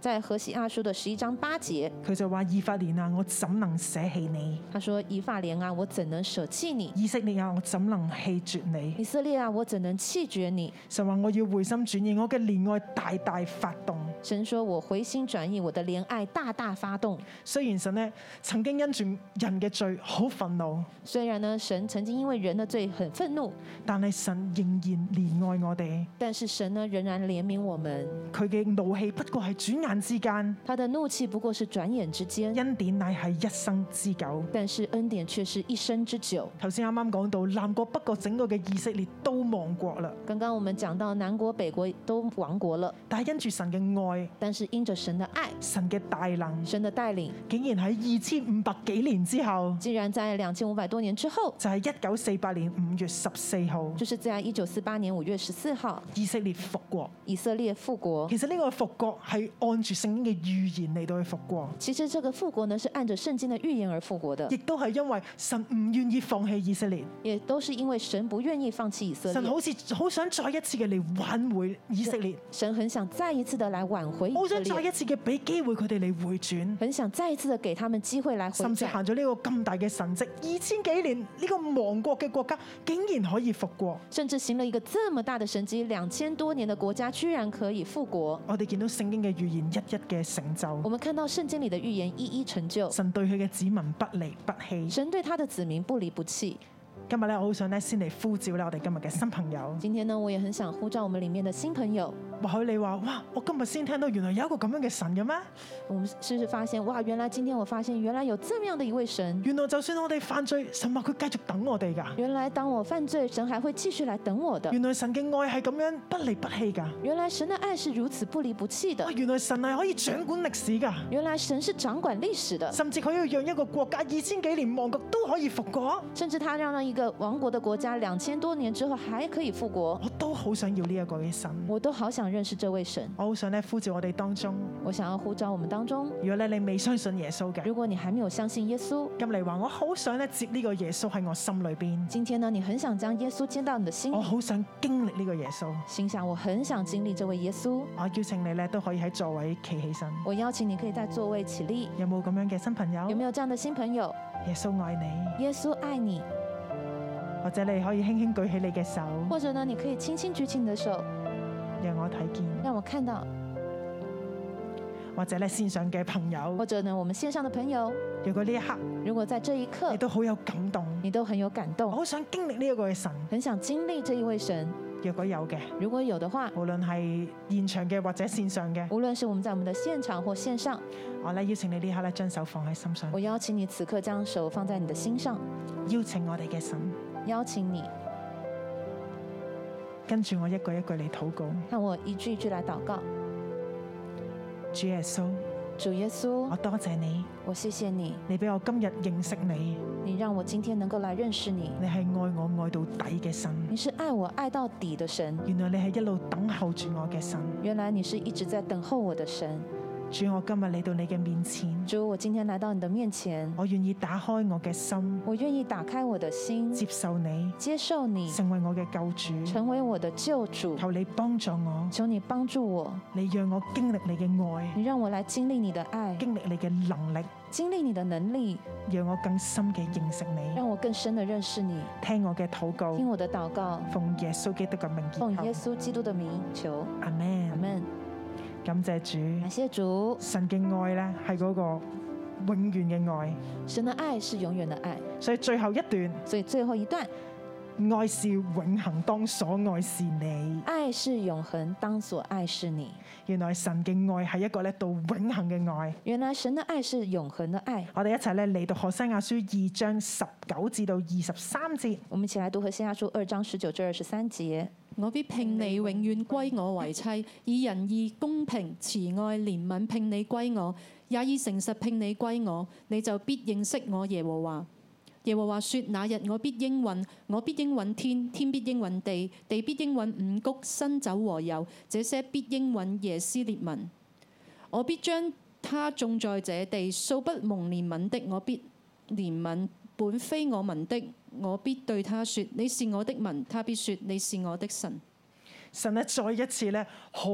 在何西阿书的十一章八節，
佢就話：以法蓮啊，我怎能捨棄你？
他說：“以法蓮啊，我怎能舍棄你？
以色列啊，我怎能棄絕你？
以色列啊，我怎能棄絕你
神話我要回心轉意，我嘅憐愛大大發動。？”
神說：“我回心轉意，我的憐愛大大發動。”
雖然神呢曾經因住人嘅罪好憤怒，
虽然呢，神曾經因為人的罪很憤怒，
但係神仍然憐愛我哋。
但是神呢仍然憐憫我們。
佢嘅怒氣不過係轉眼之間，
他的怒氣不過是轉眼之間，
恩典乃係一生之久。
但是恩典卻是一生之久。
頭先啱啱講到南國北國整個嘅以色列都亡國啦，
剛剛我們講到南國北國都亡國了，
但係因住神嘅愛、
但是因着神的愛、
神嘅大能，
神的帶領，
竟然喺二千五百幾年之後，
竟然在兩千五百多年之後，
就係一九四八年五月十四號，
就是在一九四八年五月十四號，
以色列復國。
以色列復國。
其實呢個復國係按住聖經嘅預言嚟到去復國，
其實這個復國呢是按着聖經的預言而復國的
亦，都係因為神唔願意放棄以色列，
也都是因為神不願意放棄以色
神
列，
好似好想再一次嘅嚟挽回以色列。
神很想再一次的來挽回
好
以色
想
列
再。一次嘅俾機會佢哋嚟回轉，
很想再一次的给他们机会来回
甚至
转，
行咗呢個咁大嘅神蹟。二千幾年呢個亡國嘅國家竟然可以復國，
甚至行了一个这么大的神迹，两千多年的國家居然可以復國。
我哋見到聖經嘅預言一一嘅成
我
就。
們看到聖經里的预言一一成就，
神對佢嘅子民不離不棄。
神對他的子民不離不棄。
今日咧，我好想咧先嚟呼召咧我哋今日嘅新朋友。
今天呢，我也很想呼召我們里面的新朋友。
或許你話：哇，我今日先聽到原來有一個咁樣嘅神嘅咩？
我們是不是發現哇？原來今天我發現原來有这么樣的一位神。
原來就算我哋犯罪，神話佢繼續等我哋㗎。
原來當我犯罪，神還會繼續來等我的。
原來神嘅愛係咁樣不離不棄㗎。
原來神的愛是如此不離不棄的
哇，。原來神係可以掌管歷史㗎。
原來神是掌管歷史的，
甚至佢要讓一個國家二千幾年亡國都可以復國，
甚至他讓一個亡國的國家兩千多年之後還可以復國。
我都好想要呢一個嘅神。
我都好想認識這位神，
我好想咧呼召我哋當中，
我想要呼召我們當中，
如果咧你未相信耶穌嘅，
如果你還沒有相信耶穌，
咁你話我好想咧接呢個耶穌喺我心裏邊，
今天呢，你很想將耶穌接到你的心
我
裡，
好想經歷呢個耶穌。
心想我很想經歷這位耶穌。
我邀請你咧都可以喺座位企起身，
我邀請你可以在座位起立，
有冇咁樣嘅新朋友？
有沒有這樣的新朋友？
耶穌愛你，
耶穌愛你，
或者你可以輕輕舉起你嘅手，
或者呢，你可以輕輕舉起你的手，
讓我睇見。
讓我看到；
或者咧線上嘅朋友
或，者呢，我們線上的朋友，
如果呢一刻
如果在這一刻
你都好有感動，
你都很有感
我
動，
好想經歷呢一個嘅神。
很想經歷這一位神，
若果有嘅。
如果有的話，
無論係現場嘅或者線上嘅，
無論是我們在我們的現場或線上，
我咧邀請你呢刻咧將手放喺心上
我，邀請你此刻將手放在你的心上，
邀請我哋嘅神，
邀請你。
跟住我一句一句嚟禱告。
看我一句一句来祷告。
主耶穌，
主耶
我
穌，
多謝你，
我謝謝你，
你俾我今日認識你，
你讓我今天能夠來認識你。
你係愛我愛到底嘅神。
你是愛我愛到底的神，
原來你係一路等候住我嘅神，
原來你是一直在等候我的神。
主，我今日嚟到你嘅面前，
主，我今天来到你的面前，
我願意打開我嘅心，
我愿意打开我的心，
接受你，
接受你，
成為我嘅救主。
成为我的救主。
求你幫助我，
求你帮助我，
你讓我經歷你嘅愛，
你让我来經歷你的愛，
經歷你嘅能力，
經歷你的能力，
讓我更深嘅認識你。
让我更深的認識你。
聽我嘅禱告
聽，我的禱告，
奉耶穌基督嘅名
奉耶
義求。
穌基督的名求，
阿
阿
man，
门。
感謝主
感。谢主，
神嘅愛呢係嗰個永遠嘅愛，
神的愛是永遠的愛。
所以最後一段
所以最後一段，
愛是永恆，當所愛是你。
愛是永恒，當所愛是你。
原來神嘅愛係一個咧到永恆嘅愛。
原來神的愛是永恒的愛。
我哋一齊咧嚟到何西亞書二章十九至到二十三節。
我們一起來讀《何西阿書》二章十九至二十三節。
我必聘你永遠歸我為妻，以仁義、公平、慈愛、憐憫聘你歸我，也以誠實聘你歸我，你就必認識我耶和華。耶和華說：那日我必應允，我必應允天，天必應允地，地必應允五谷、新酒和油，這些必應允耶斯列民。我必將他種在這地，素不蒙憐憫的，我必憐憫；本非我民的，我必對他說：你是我的民。他必說：你是我的神。
神咧再一次咧好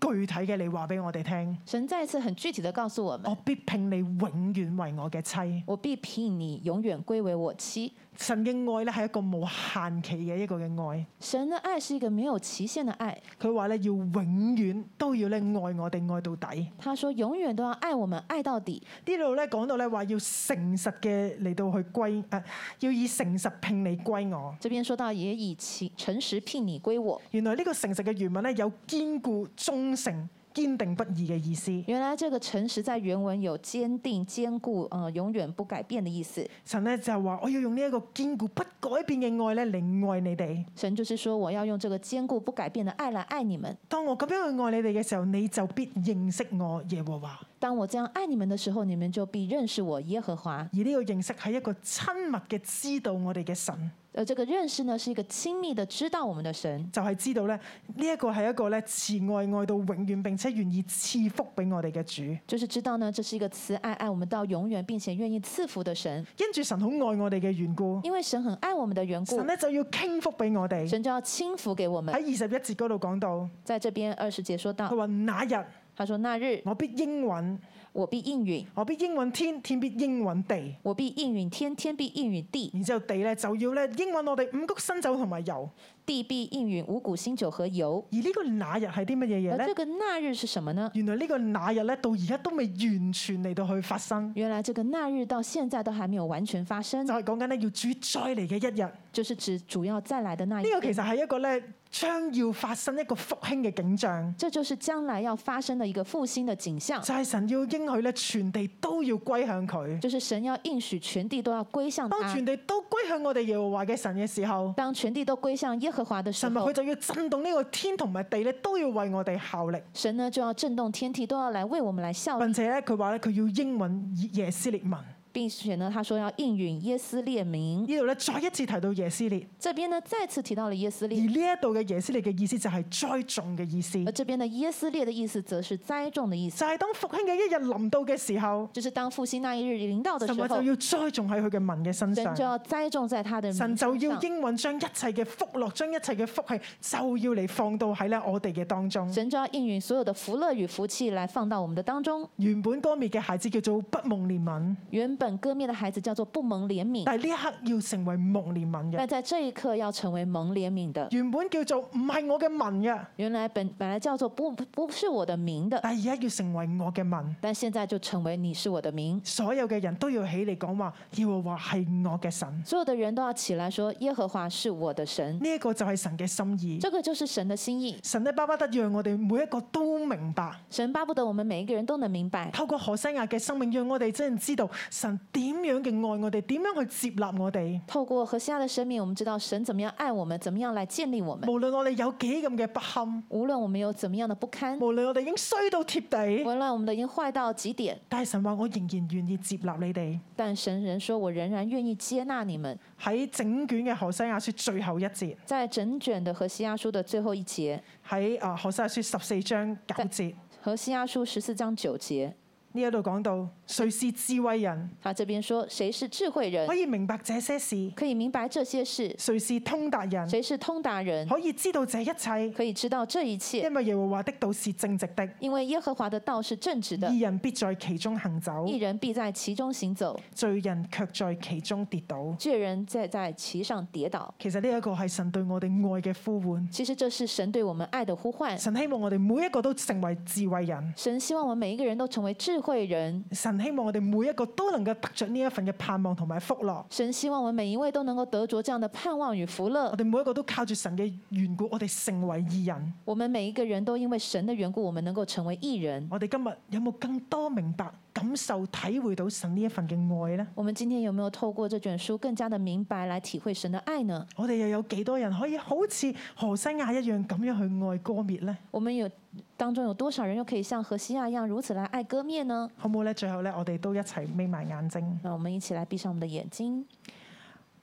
具體嘅嚟話俾我哋聽，
神再一次很具體的告訴我
我
們：
必聘你永遠為我嘅妻。
我必聘你，永遠歸為我妻。
神嘅愛咧係一個無限期嘅一個嘅愛，
神的愛是一個沒有期限的愛。
佢話咧要永遠都要咧愛我哋愛到底。
他說永遠都要愛我們，愛到底。
呢度咧講到咧話要誠實嘅嚟到去歸誒、呃要以誠實聘你歸我。
這邊說到也以其誠實聘你歸我。
原來呢個誠實嘅原文咧有堅固、忠誠、堅定不移嘅意思。
原來這個誠實在原文有堅定、堅固、呃永遠不改變的意思。
神咧就話：我要用呢一個堅固不改變嘅愛咧嚟愛你哋。
神就是說我要用這個堅固不改變的愛來愛你們。
當我咁樣去愛你哋嘅時候，你就必認識我耶和華。
當我這樣愛你們的時候，你們就必認識我耶和華。
而呢個認識係一個親密嘅知道我哋嘅神，
呃，這個認識呢是一個親密的知道我們的神，
就係、知道咧呢一個係一個咧慈愛愛到永遠並且願意賜福俾我哋嘅主。
就是知道呢這是一個慈愛愛我們到永遠，並且願意賜福的神。
因住神好愛我哋嘅緣故，
因為神很愛我們的緣故
神，咧就要傾福俾我哋。
神就要傾福給我
喺
們
二。十一節嗰度講到，
在這邊二十節說
佢
到，
話那日
他說那日
我必應允，
我必應允，
我哦必應允天，天必應允地。
我必應允天，天必應允地，
然之後地咧就要咧應允我哋五谷新酒同埋油。
地必應允五谷新酒和油。
而呢個那日係啲乜嘢嘢
而這
咧？
個那日是什麼呢？
原來呢個那日咧到而家都未完全嚟到去發生，
原來這個那日到現在都還沒有完全發生
就，係講緊咧要主再嚟嘅一日。呢
就是指主要再來的那一
個
天。
其實係一個咧將要發生一個復興嘅景象，
這就是將來要發生的一個復興的景象，
就係神要應許咧全地都要歸向佢。
就是神要應許全地都要歸向
當
他
全。地都歸向我哋耶和華嘅神嘅時候，
當全地都歸向耶和華的時
神咪
候
佢，就要震動呢個天同埋地咧，都要為我哋效力。
神呢就要震動天地，都要來為我們來效力，
並且咧，佢話咧，佢要應允耶斯列民。呢
並且呢，他說要應允耶斯列民。
度咧再一次提到耶斯列，
這邊呢再次提到了耶斯
而呢
列，
一度嘅耶斯列嘅意思就係栽種嘅意思，
而
就
這邊的耶斯列的意思則是栽種的意思，
係當復興嘅一日臨到嘅時候，
就是當復興那一日臨到的
神
時
話就
候，
要栽種喺佢嘅民嘅身
神就
上。
要栽種在他的民
神就
身
要
上。
應允將一切嘅福樂，將一切嘅福氣，就要嚟放到喺咧我哋嘅當中。
神就要應允所有的福樂與福氣來放到我們的當中。
原本歌滅嘅孩子叫做不蒙憐憫，
原本割滅的孩子叫做不蒙憐憫，
但係呢一刻要成為蒙憐憫嘅。
但在這一刻要成為蒙憐憫的。
原本叫做唔係我嘅民嘅，
原來本本來叫做不不是我的名的，
但係而家要成為我嘅民。
但現在就成為你是我的名。
所有嘅人都要起嚟講話，耶和華係我嘅神。呢、
所有的人都要起來說：耶和華是我的神。
一個就係神嘅心意。
这个就是神的心意。
神咧巴不得讓我哋每一個都明白，
神巴不得我們每一個人都能明白，
透過何西亞嘅生命，讓我哋真係知道神點樣嘅愛我哋，點樣去接納我哋。
透過何西亞的生命，我們知道神怎麼樣愛我們，怎麼樣來建立我們。
無論我哋有幾咁嘅不堪，
無論我們有怎麼樣的不堪，無
無論我哋已經衰到貼地，
論我們的已經壞到極點，
但係神話我仍然願意接納你哋。
但神仍說：“我仍然願意接納你們。
喺整卷嘅何西亞書最後一節，”
在整卷的何西亞書的最後一節，
喺啊何西亞書十四章九節，
何西阿书十四章九节，
呢一度講到，誰是智慧人，
他这边说谁是智慧人
可，以明白這些事；
可以明白这些事；
誰是通達人，
谁是通达人，
可以知道這一切。
可以知道这一切，
因為耶和華的道是正直的，
因为耶和华的道是正直的
義，人必在其中行走，
一人必在其中行走，
罪人卻在其中跌倒。
罪人在在其上跌倒。
其實呢一個係神對我哋愛嘅呼喚，
其实这是神对我们爱的呼喚。
神希望我哋每一個都成為智慧人，
神希望我们每一个人都成为智慧人，
神希望我哋每一個都能夠得着呢一份嘅盼望同埋福樂。
神希望我们每一位都能够得着这样的盼望与福乐
我。哋每一個都靠住神嘅緣故，我哋成為義人。
我们每一个人都因为神的缘故，我们能够成为艺人。
我哋今日有冇更多明白、感受、體會到神呢一份嘅愛呢？
我们今天有没有透过这卷书更加的明白来体会神的爱呢？
我哋又有幾多人可以好似何西亞一樣咁樣去愛歌滅呢？
我们有当中有多少人又可以像何西亚一样如此来爱割面呢？
好唔好呢？最後呢，我哋都一齊眯埋眼睛，
那我们一起来闭上我们的眼睛，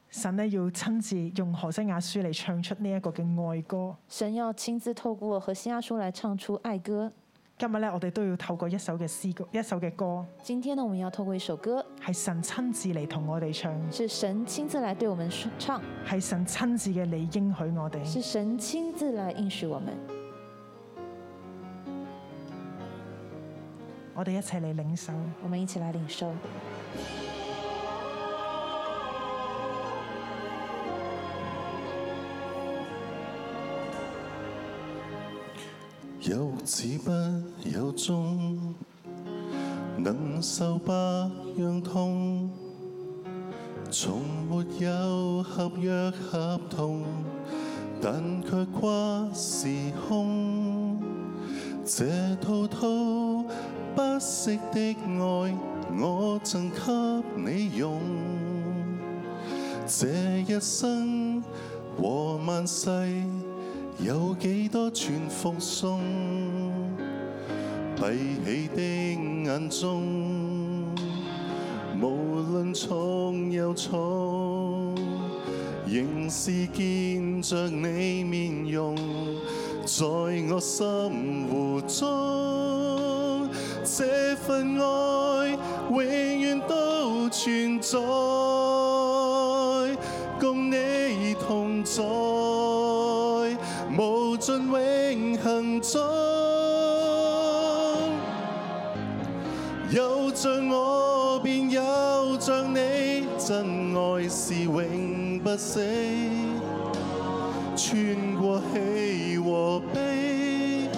神呢要親自用何西亞書嚟唱出呢一個嘅愛歌。
神要亲自透过何西阿书来唱出爱歌。
今日呢，我哋都要透過一首嘅詩歌，一首嘅歌，
今天呢，我们要透过一首歌，
係神親自嚟同我哋唱，
是神亲自来对我们说唱，
係神親自嘅嚟應許我
是
哋。
神亲自来应许我们。
我哋一齊嚟領受。
我们一起来领受。
有始不有終，能受百樣痛，從沒有合約合同，但卻跨時空。這滔滔不息的愛，我贈給你用。這一生和萬世，有幾多全奉送？閉起的眼中，無論重又重，仍是見着你面容，在我心湖中，這份愛永遠都存在，共你同在，無盡永恆中。有着我便有着你，真愛是永不死，穿過喜和悲，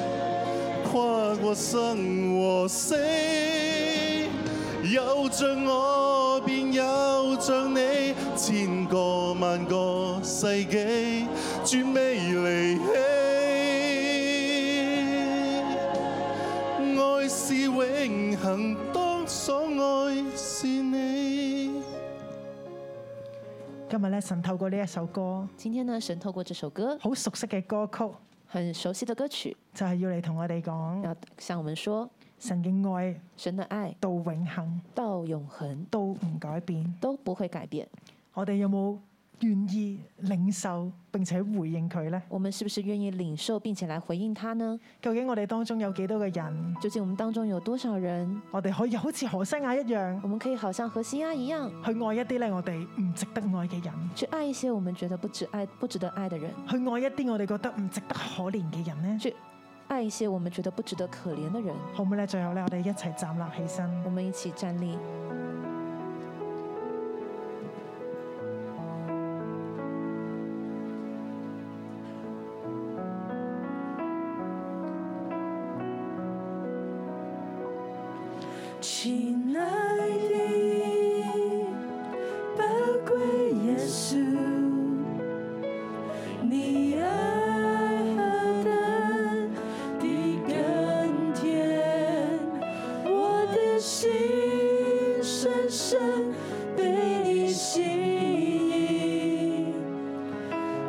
跨過生和死。有着我便有着你，千個萬個世紀，絕未離棄。愛是永恒，當所愛是你。
今日呢，神透過呢一首歌，
今天呢，神透过这首歌，
好熟悉嘅歌曲，
很熟悉的歌曲，
就係、要嚟同我哋講。
要向我们说，
神嘅愛
神的爱
到永恆
到永恒
都唔改變。
都不会改变。
我哋有冇願意領受並且回應佢呢？
我们是不是愿意领受并且来回应他呢？
究竟我哋當中有幾多嘅人，
究竟我们当中有多少人，
我哋可以好似何西亞一樣
我们可以好像何西阿一样，
去愛一啲咧我哋唔值得愛嘅人，
去爱一些我们觉得不值爱、不值得爱的人，
去愛一啲我哋覺得唔值得可憐嘅人呢？
去爱一些我们觉得不值得可怜的人。
好唔好咧？最後咧，我哋一齊站立起身
我。们一起站立，
亲爱的，宝贵耶稣，你爱何等的甘甜，我的心深深被你吸引，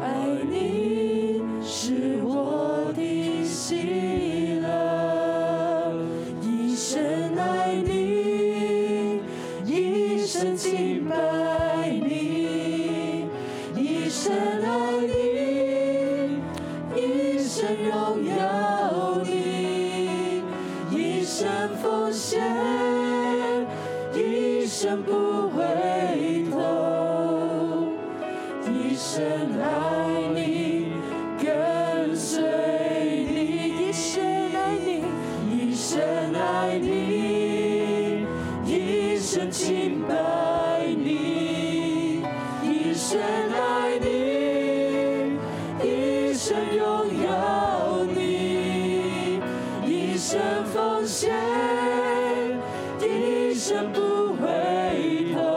爱你是我的喜乐。一生爱你，一生敬拜你，一生爱你，一生荣耀你，生不回头，一生爱你，跟随你，一生爱你，一生爱你，一生敬拜你，一生爱你，一生拥有你，一生奉献，一生不回头。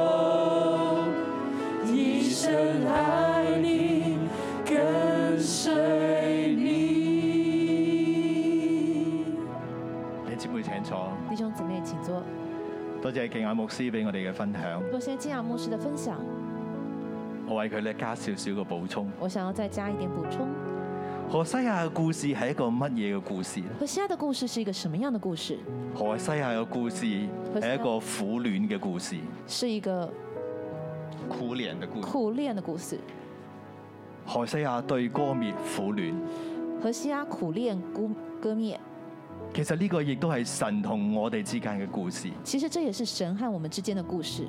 一生爱你，跟随你。
你姊妹請坐，
弟兄姊妹，请坐。
多謝敬雅牧師俾我哋嘅分享，
多谢金雅牧师的分享，
我為佢咧加少少嘅補充。
我想要再加一点补充。
何西亞嘅故事係一個乜嘢嘅故事咧？
何西阿的故事是一个什么样的故事？
何西亞嘅故事係一個苦戀嘅故事，
是一个
苦戀嘅故事。
苦恋的故事。
何西亞對歌滅苦戀，
何西阿苦恋孤歌灭，
其實呢個亦都係神同我哋之間嘅故事。
其实这也是神和我们之间的故事。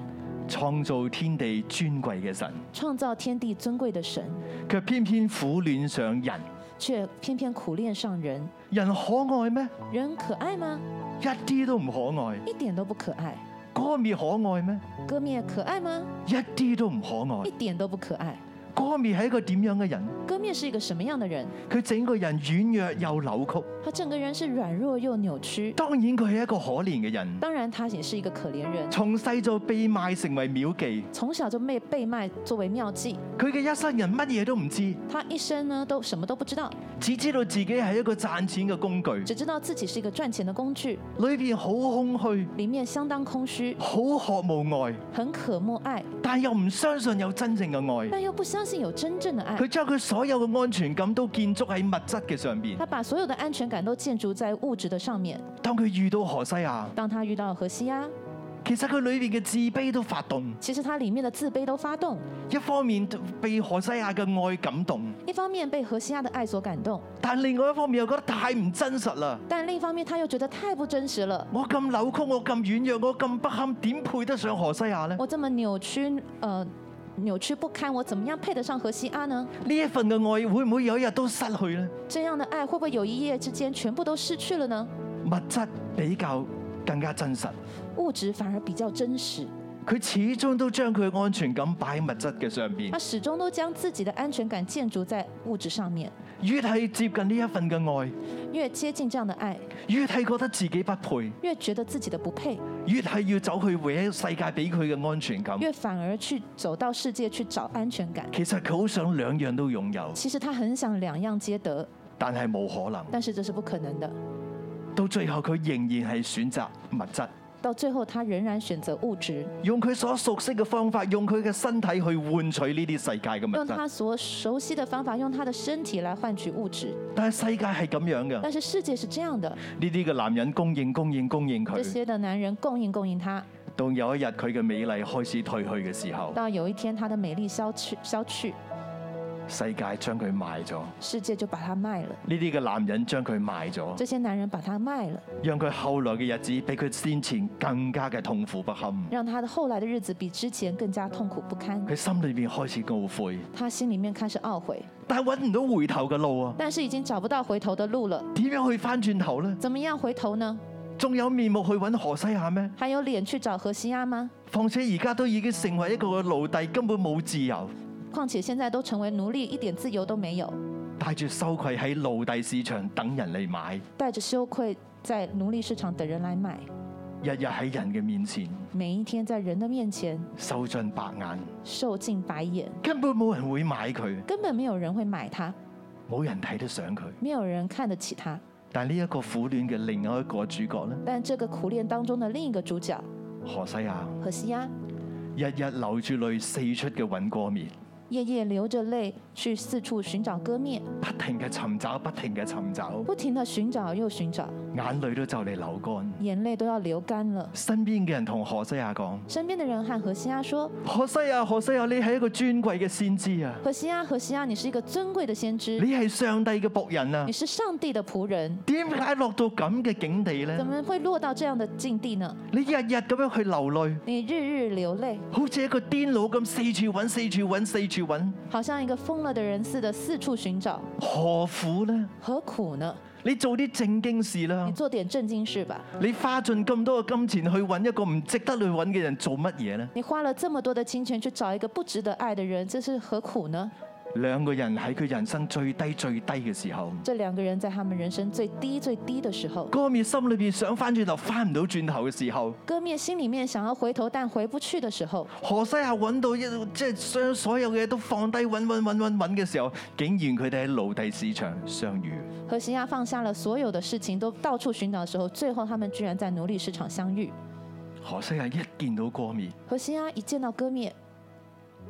創造天地尊貴嘅神，
创造天地尊贵的神，
卻偏偏苦戀上人。
却偏偏苦恋上人。
人可愛咩？
人可爱吗？
一啲都唔可愛。
一点都不可爱。
歌滅可愛咩？
歌灭可愛吗？
一啲都唔可愛
一。点都不可爱。
歌滅係一個點樣嘅人？
歌灭是一个什么样的人？
佢整個人軟弱又扭曲。
他整个人是软弱又扭曲。
當然佢係一個可憐嘅人，
当然，他也是一个可憐人，
從細就被賣成為廟妓。
从小就被被卖作为妙计。
佢嘅一生人乜嘢都唔知，
他一生呢都什么都不知道，
只知道自己係一個賺錢嘅工具，
只知道自己是一个赚錢的工具，
裏邊好空虛，
里面相当空虚，
好渴慕愛，
很渴慕爱，
但又唔相信有真正嘅愛。
但又不相信有真正的爱
佢。將佢所有嘅安全感都建築喺物質嘅上邊。
他把所有的安全感都建築在物质的上面。
當佢遇到何西亞，
当他遇到荷西阿，
其實佢裏邊嘅自卑都發動。
其实他里面的自卑都发動，
一方面被何西亞嘅愛感動，
一方面被荷西阿的愛所感動，
但另外一方面又覺得太唔真實啦。
但另一方面他又覺得太不真實了。
我咁扭曲，我咁軟弱，我咁不堪，點配得上何西亞呢？
我这么扭曲，呃，扭曲不堪，我怎么样配得上荷西阿呢？
呢一份嘅愛會唔會有一日都失去呢？
这样的爱会不会有一夜之间全部都失去了呢？
物質比較更加真實，
物质反而比较真实，
佢始終都將佢嘅安全感擺喺物質嘅上邊
他。始终都将自己的安全感建筑在物质上面。
越係接近呢一份嘅愛，
越接近这样的愛，
越係覺得自己不配，
越覺得自己的不配，
越係要走去搲世界俾佢嘅安全感。
越反而去走到世界去找安全感。
其實佢好想兩樣都擁有，
其实他很想两样皆得，
但係冇可能。
但是这是不可能的。
到最後，佢仍然係選擇物質，
到最后，他仍然選擇物质，
用佢所熟悉嘅方法，用佢嘅身體去換取呢啲世界嘅
用
物
他
質。
所熟悉的方法，用他的身体来换取物质。
但係世界係咁樣嘅，呢
但是世界是这样的，
啲嘅男人供應、供應、供應
这
佢，
些的男人供应供应他，
到有一日佢嘅美麗開始退去嘅時候，
到有一天他的美丽消去消去，
世界將佢賣咗。呢
世界就把他卖了。
啲嘅男人將佢賣咗，
这些男人把他卖了，
讓佢後來嘅日子比佢先前更加嘅痛苦不堪。
让他的后来的日子比之前更加痛苦不堪。
佢心裏邊開始懊悔，
他心里面开始懊悔，
但係揾唔到回頭嘅路啊！
但是已经找不到回头的路了。
點樣去翻轉頭呢？
怎么样回头呢？
仲有面目去揾何西亞咩？
还有脸去找荷西亚吗？
況且而家都已經成為一個奴隸，根本冇自由，
况且现在都成为奴隶，一点自由都没有，
帶住羞愧喺奴隸市場等人嚟買，
带着羞愧在奴隶市场等人来买。
日日喺人嘅面前
每一天在人的面前
受盡白眼，
受尽白眼，
根本冇人會買佢，
根本没有人会买它，
冇人睇得上佢。
没有人看得起它。
但呢一個苦戀嘅另外一個主角呢，
但这个苦恋当中的另一个主角
何西亞
荷西亚，
日日流住淚四出嘅揾歌面，
日夜夜流着泪去四处寻找割面，
不停嘅尋找，不停嘅尋找，
不停地寻找又寻找，
眼淚都就嚟流乾。
眼泪都要流干了。
身邊嘅人同何西亞講：
身边的人和何西阿说
何西亞，何西亞，你係一個尊貴嘅先知啊！：“
何西阿，何西阿，你是一个尊贵的先
你
知，
係上帝嘅仆人啊
你！是上帝的仆人，
點解落到咁嘅境地
怎
呢？
么会落到這樣的境地呢？
你日日咁樣去流淚，
你日日流淚，
好似一個癲佬咁四處揾、四處揾、四處揾，
好像一個瘋了的人似的四處尋找，
何苦呢？
何苦呢？
你做啲正經事啦
你！做點正經事吧。
你花盡咁多嘅金錢去揾一個唔值得去揾嘅人做乜嘢呢？
你花了這麼多的金錢去找一個不值得愛的人，這是何苦呢？
兩個人喺佢人生最低最低嘅時候，
這兩個人在他們人生最低最低的時候，
歌滅心裏邊想翻轉頭翻唔到轉頭嘅時候，
割面心裡面想要回頭但回不去的時候，
何西亞揾到一即係將所有嘅嘢都放低揾揾揾揾揾嘅時候，竟然佢哋喺奴隸市場相遇。
何西阿放下了所有的事情，都到處尋找的時候，最後他們居然在奴隸市場相遇。
何西亞一見到歌滅，
何西阿一見到割面，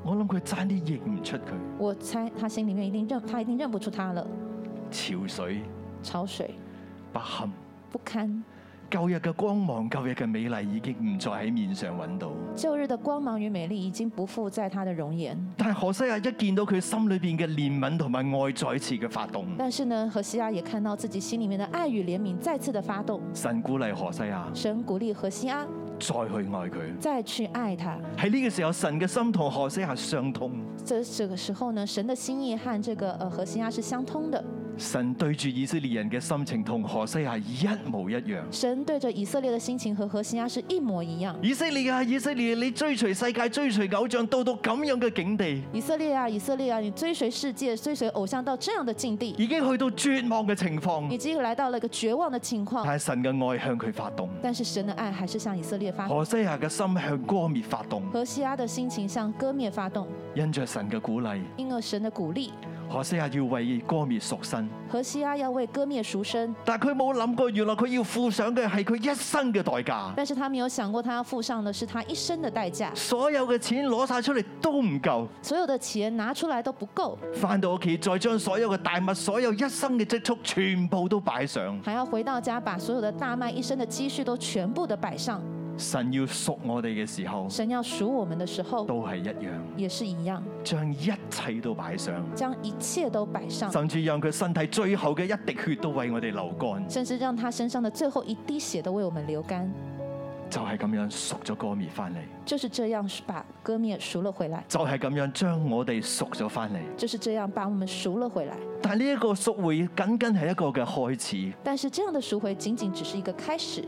我諗佢爭啲認唔出佢。
我猜他心裡面一定認他一定認不出他了。
潮水
潮水
不堪，
不堪，
舊日嘅光芒、舊日嘅美麗已經唔再喺面上揾到。
舊日的光芒與美麗已經不復在她的容颜。
但係何西亞一見到佢心裏邊嘅憐憫同埋愛再次嘅發動，
但是呢，何西阿也看到自己心裡面的愛與憐憫再次的發動。
神鼓勵何西亞
神鼓勵何西阿
再去愛佢。
再去愛他。
喺呢個時候，神嘅心同何西亞相通，
这这个时候呢，神的心意和这个呃何西阿是相通的。
神對住以色列人嘅心情同何西亞一模一樣。
神對着以色列的心情和何西阿是一模一樣。
以色列啊，以色列，你追隨世界、追隨偶像，到到咁樣嘅境地，
以色列啊，以色列啊，你追隨世界、追隨偶像到這樣的境地，
已經去到絕望嘅情況
已。經來到了一個絕望的情況。
但係神嘅愛向佢發動，
但是神的愛還是向以色列發動。
何西亞嘅心向歌滅發動，
何西阿的心情向割面發動，
因着神嘅鼓勵，
因而神的鼓勵，
何西亞要為歌滅贖身。
何西阿要為割面贖身。
但佢冇諗過，原來佢要付上嘅係佢一生嘅代價。
但是他沒有想過，他要付上的是他一生的代價，
所有嘅錢攞晒出嚟都唔夠，
所有的錢拿出來都不夠，
翻到屋企再將所有嘅大物、所有一生嘅積蓄全部都擺上。
還要回到家把所有的大賣一生的積蓄都全部的擺上。
神要贖我哋嘅時候，
神要赎我們的時候，
都係一樣，
也是一樣，
將一切都擺上，
將一切都擺上，
甚至讓佢身體最後嘅一滴血都為我哋流乾，
甚至讓他身上的最後一滴血都為我們流乾。
就係咁樣贖咗歌滅翻嚟，
就是這樣把割面赎了回來，
就係咁樣將我哋贖咗翻嚟。
就是這樣把我們赎了回來。
但呢一個贖回僅僅係一個嘅開始。
但是這樣的赎回僅僅只是一個開始。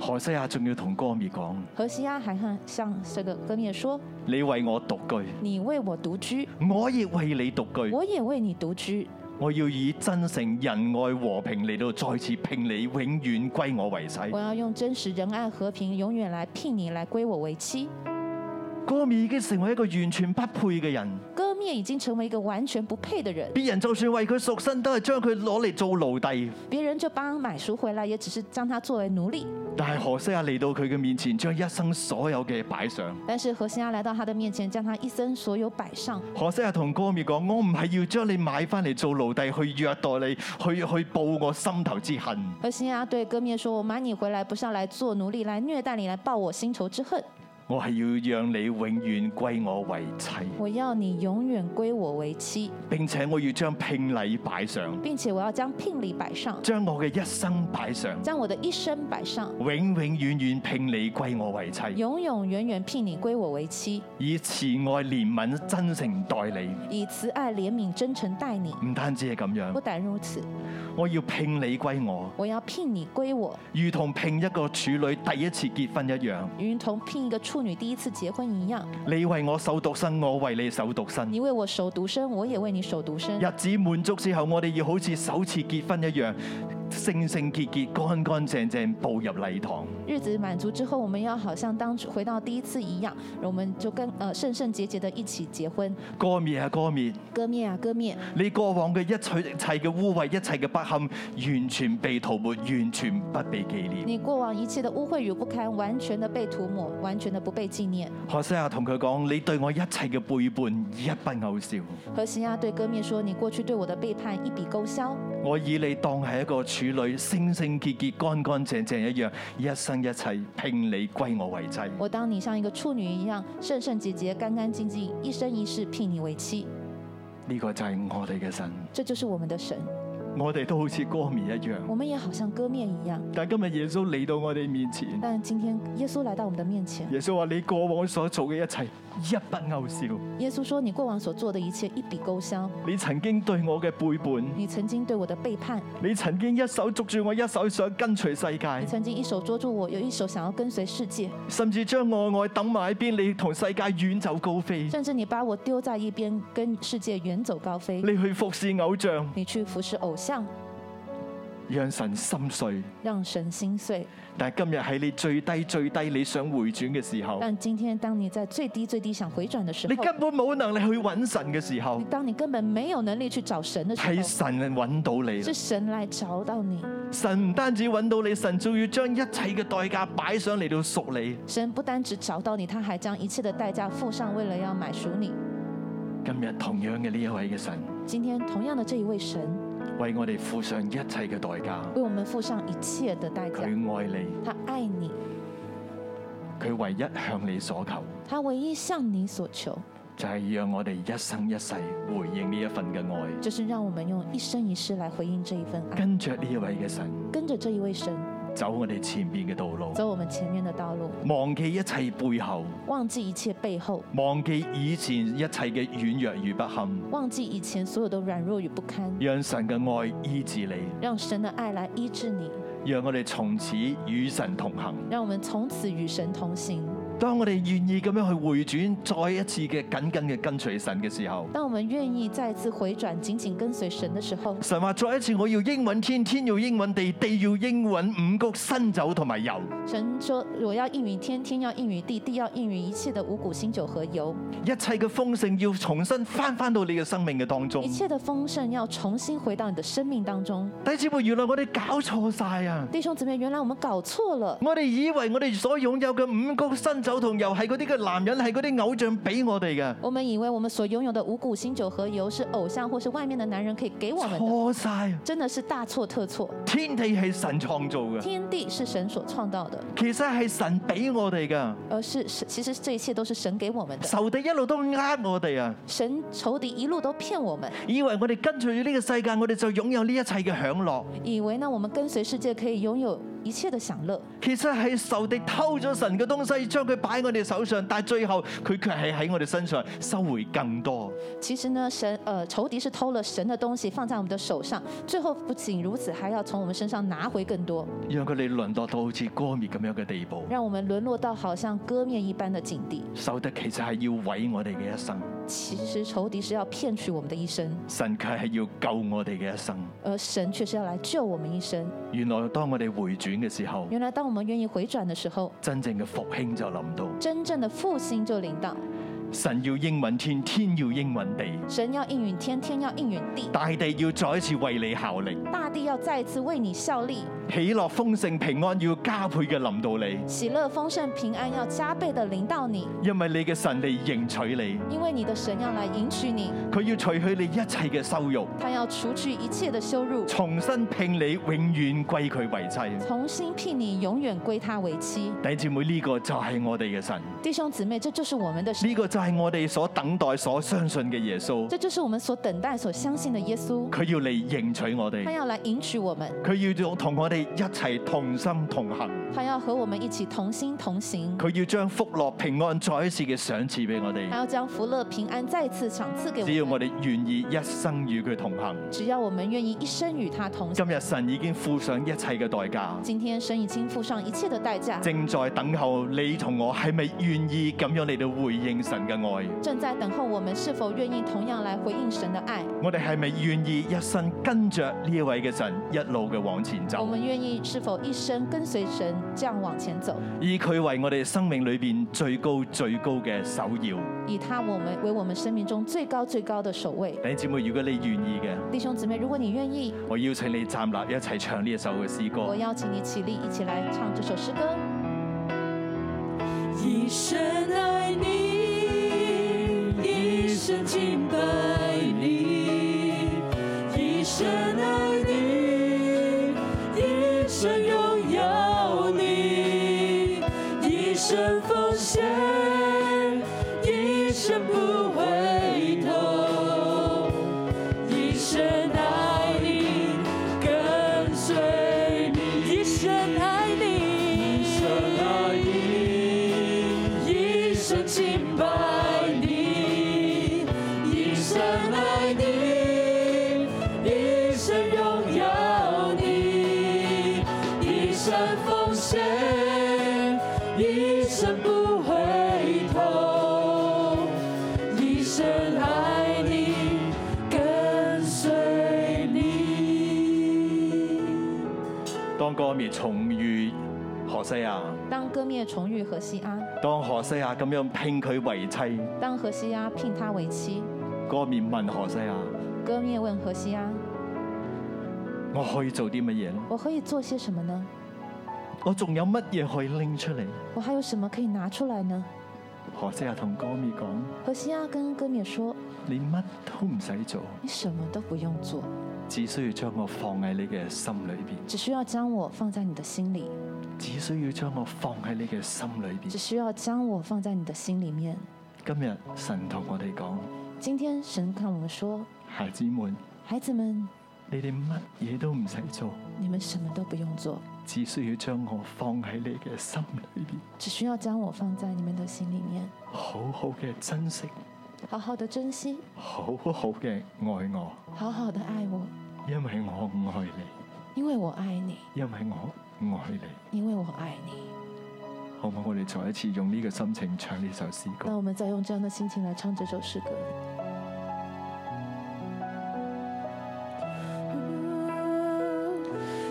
何西亞仲要同歌滅講：
何西阿還向向這個割面說
你為我獨居：“，
你為我獨居，
我亦為你獨居。
我也為你獨居。
我要以真誠、仁愛、和平嚟到再次聘你，永遠歸我為
我
妻。
要用真實、仁愛、和平，永遠來聘你，來歸我為妻。”
歌面已經成為一個完全不配嘅人，
割面已經成為一個完全不配的人，
別人就算為佢贖身，都係將佢攞嚟做奴隸。
別人就幫買贖回來，也只是將他作為奴隸。
但係何西亞嚟到佢嘅面前，將一生所有嘅嘢擺上。
但是何西阿來到他的面前，將他一生所有擺上。
何西亞同歌面講：我唔係要將你買翻嚟做奴隸，去虐待你，去去報我心頭之恨。
何西阿對割面說：“我買你回來，不是要來做奴隸，來虐待你，來報我心仇之恨。
我係要讓你永遠歸我為妻，
我要你永遠歸我為妻，
並且我要將聘禮擺上，
並且我要將聘禮擺上，
將我嘅一生擺上。
將我的一生擺上，
永永遠遠聘你歸我為妻，
永永遠遠聘你歸我為妻，
以慈愛憐憫真誠待
以慈愛、憐憫、真誠待你。
你。唔單止係咁
不
樣，
但如此，
我要聘你歸我，
我要聘你歸我，
如同聘一個處女第一次結婚一樣。
如同聘一個處女第一次結婚一樣。”
你為我守獨身，我為你守獨身
你。为我守独身，我也为你守独身。
日子滿足之後，我哋要好似首次結婚一樣，聖聖潔潔、乾乾淨淨步入禮堂。
日子满足之后，我们要好像当初回到第一次一样，我们就跟呃圣圣洁洁的一起结婚，
歌滅啊歌滅，
割面啊割面，
你過往嘅一切一切嘅污穢、一切嘅不堪，完全被塗抹，完全不被紀念。
你过往一切的污秽与不堪，完全的被涂抹，完全的不被纪念。
何西亞同佢講：你對我一切嘅背叛，一筆勾銷。
何西亚对割面说：“你过去对我的背叛一笔勾销，
我以你當係一個處女，聖聖潔潔、乾乾淨淨一樣，一生一切聘你歸我為妻。
我当你像一个处女一样，圣圣洁洁、干干净净，一生一世聘你为妻。
呢、個就係我哋嘅神，”
这就是我们的神，
我哋都好似歌篾一樣。
我们也好像割面一样。
但今日耶穌嚟到我哋面前，
但今天耶稣来到我们的面前，
耶穌話：你過往所做嘅一切一筆勾銷，
耶稣说：“你过往所做的一切一笔勾销，
你曾經對我嘅背叛，
你曾经对我的背叛，
你曾經一手捉住我，一手想跟隨世
你
界，
曾经一手捉住我，有一手想要跟随世界，
甚至將我愛等埋一邊，你同世界遠走高飛，
甚至你把我丢在一边，跟世界远走高飞。
你去服侍偶像，
你去服侍偶像，
讓神心碎。
让神心碎。
但今日喺你最低最低你想回轉嘅時候，
但今天当你在最低最低想回转的时
哦你
候，
根本冇能力去揾神嘅時候
你，当你根本没有能力去找神的时
係
候，
神揾到你啦
是。神来找到你。
神唔單止揾到你，神仲要將一切嘅代價擺上嚟到贖你。
神不单只找到你，他还将一切的代价付上，为了要买赎你。
今日同樣嘅呢一位嘅神，
今天同样的这一位神，
為我哋付上一切嘅代價。
为我们付上一切的代价。
佢愛你，
他爱你，
佢唯一向你所求，
他唯一向你所求，
就係、讓我哋一生一世回應呢一份嘅愛。
就是让我们用一生一世来回应这一份爱，
跟着呢一位嘅神，
跟着这一位神，
走我哋前面嘅道路，
走我们前面的道路，
忘記一切背後，
忘记一切背后，
忘記以前一切嘅軟弱與不堪，
忘记以前所有的软弱与不堪，
讓神嘅愛醫治你，
让神的爱来医治你，
讓我哋從此與神同行。
让我们从此与神同行。
當我哋願意咁樣去回轉，再一次嘅緊緊嘅跟隨神嘅時候，
当我们愿意再次回转，紧紧跟随神的时候，
神話再一次我要英揾天，天要英揾地，地要英揾五穀、新酒同埋油。
神说：“我要应允天，天要应允地，地要应允一切的五谷、新酒和油，
一切嘅豐盛要重新翻翻到你嘅生命嘅當中
一。切的丰盛要重新回到你的生命当中。”
弟兄姊妹，原來我哋搞錯晒啊！
弟兄姊妹，原来我们搞错了。
我哋以為我哋所擁有嘅五穀、新酒同油係嗰啲嘅男人，係嗰啲偶像俾我哋嘅，
我们以为我们所拥有的五谷、新酒和油是偶像或是外面的男人可以给我们的，
錯晒。啊
真的是大错特错。
天地係神創造嘅，
天地是神所創造的，
其實係神俾我哋嘅。
而是是其实这一切都是神给我们的。
仇敵一路都呃我哋啊！
神仇敵一路都骗我们，
以為我哋跟隨住呢個世界，我哋就擁有呢一切嘅享樂。
以为呢我们跟隨世界可以擁有一切的享樂，
其實係仇敵偷咗神嘅東西，將佢擺喺我哋手上，但係最後佢卻係喺我哋身上收回更多。
其實呢神呃仇敵是偷了神的東西放在我们的手上，最後不僅如此，还要從我们身上拿回更多，
讓佢哋淪落到好似歌滅咁樣嘅地步。
让我们淪落到好像割面一般的境地。
仇敵其實係要毀我哋嘅一生，
其實仇敵是要騙取我们的一生，
神卻係要救我哋嘅一生。
而神却是要来救我们一生。
原來當我哋回轉嘅時候，
原來當我们願意回轉的時候，
真正嘅復興就臨到。
真正的復興就臨到。
神要應允天，天要應允地，
神要應允天，天要應允地，
大地要再一次為你效力，
大地要再一次為你效力，
喜樂豐盛平安要加倍嘅臨到你。
喜樂豐盛平安要加倍的臨到你，
因為你嘅神嚟迎娶你，
因為你的神要來迎娶你，
佢要除去你一切嘅羞辱，
他要除去一切的羞辱，
重新聘你，永遠歸佢為妻。
重新聘你，永遠歸他為妻。
弟兄姊妹，呢、個就係我哋嘅神，
弟兄姊妹，這就是我們的神
呢、，個就係我哋所等待、所相信嘅耶穌。
這就是我們所等待、所相信的耶穌，
佢要嚟迎娶我
他
哋，
要來迎娶我們，
佢要同我哋一齊同心同行，
他要和我們一起同心同行，
佢要將福樂平安再一次嘅賞賜俾我
他
哋。
要將福樂平安再次賞賜給我
只
們
要。我哋願意一生與佢同行，
只要我们愿意一生与他同行
今，日神已經付上一切嘅代價。
今天神已经付上一切的代价，
正在等候你同我係咪願意咁樣嚟到回應神嘅嘅愛。
正在等候我们是否愿意同样来回应神的爱。
我哋係咪願意一生跟着呢一位嘅神一路嘅往前
我
走？
们愿意是否一生跟随神这样往前走，
以佢為我哋生命裏邊最高最高嘅首要。
以他我们为我们生命中最高最高的首位。
弟兄姊妹，如果你願意嘅，
弟兄姊妹，如果你愿意，
我邀請你站立一齊唱呢一首嘅詩
我
歌。
邀请你起立，一起来唱这首诗歌。
一生爱你，一生敬拜你，一生爱你，一生拥有你，一生奉献，一生不回头，一生爱你，跟随你，一生爱你，一生爱你，一生敬拜你，一生爱你，一生拥有你，一生奉献，一生不回头。一生爱你，跟随你。
當歌滅重遇何西亞，
当歌灭重遇何西阿，
當何西亞咁樣聘佢為妻，
当何西阿聘他为妻，
歌滅問何西亞：
歌灭问何西阿：
我可以做啲乜嘢咧？
我可以做些什么呢？
我仲有乜嘢可以拎出嚟？
我还有什么可以拿出来呢？
何西亞同歌滅講：
何西阿跟歌灭说
你乜都唔使做，：“
你什么都不用做，
只需要將我放喺你嘅心裏邊，
只需要将我放在你的心里，
只需要將我放喺你嘅心裏邊
只。需要将我放在你的心里面。
今日神同我哋講，”
今天神看我们说
孩子們，：“
孩子们，
你哋乜嘢都唔使做，
你们什么都不用做，
只需要將我放喺你嘅心裏邊，
只需要将我放在你们的心里面，
好好嘅珍惜，
好好的珍惜，
好好嘅愛我，
好好的爱我，
因為我愛你，
因为我爱你，
因為我愛你。
因为我愛你。”
好唔好？我哋再一次用呢個心情唱呢首詩歌
那。我们再用这样的心情来唱这首诗歌。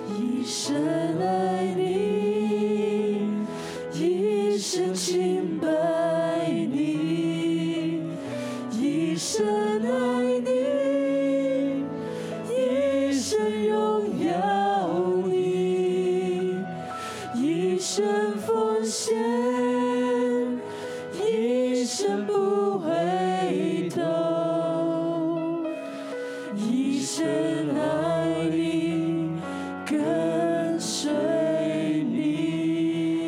一生爱你，一生敬拜你，一生爱你，一生荣耀你，一生奉献，一生不回头。一生爱你，跟随你。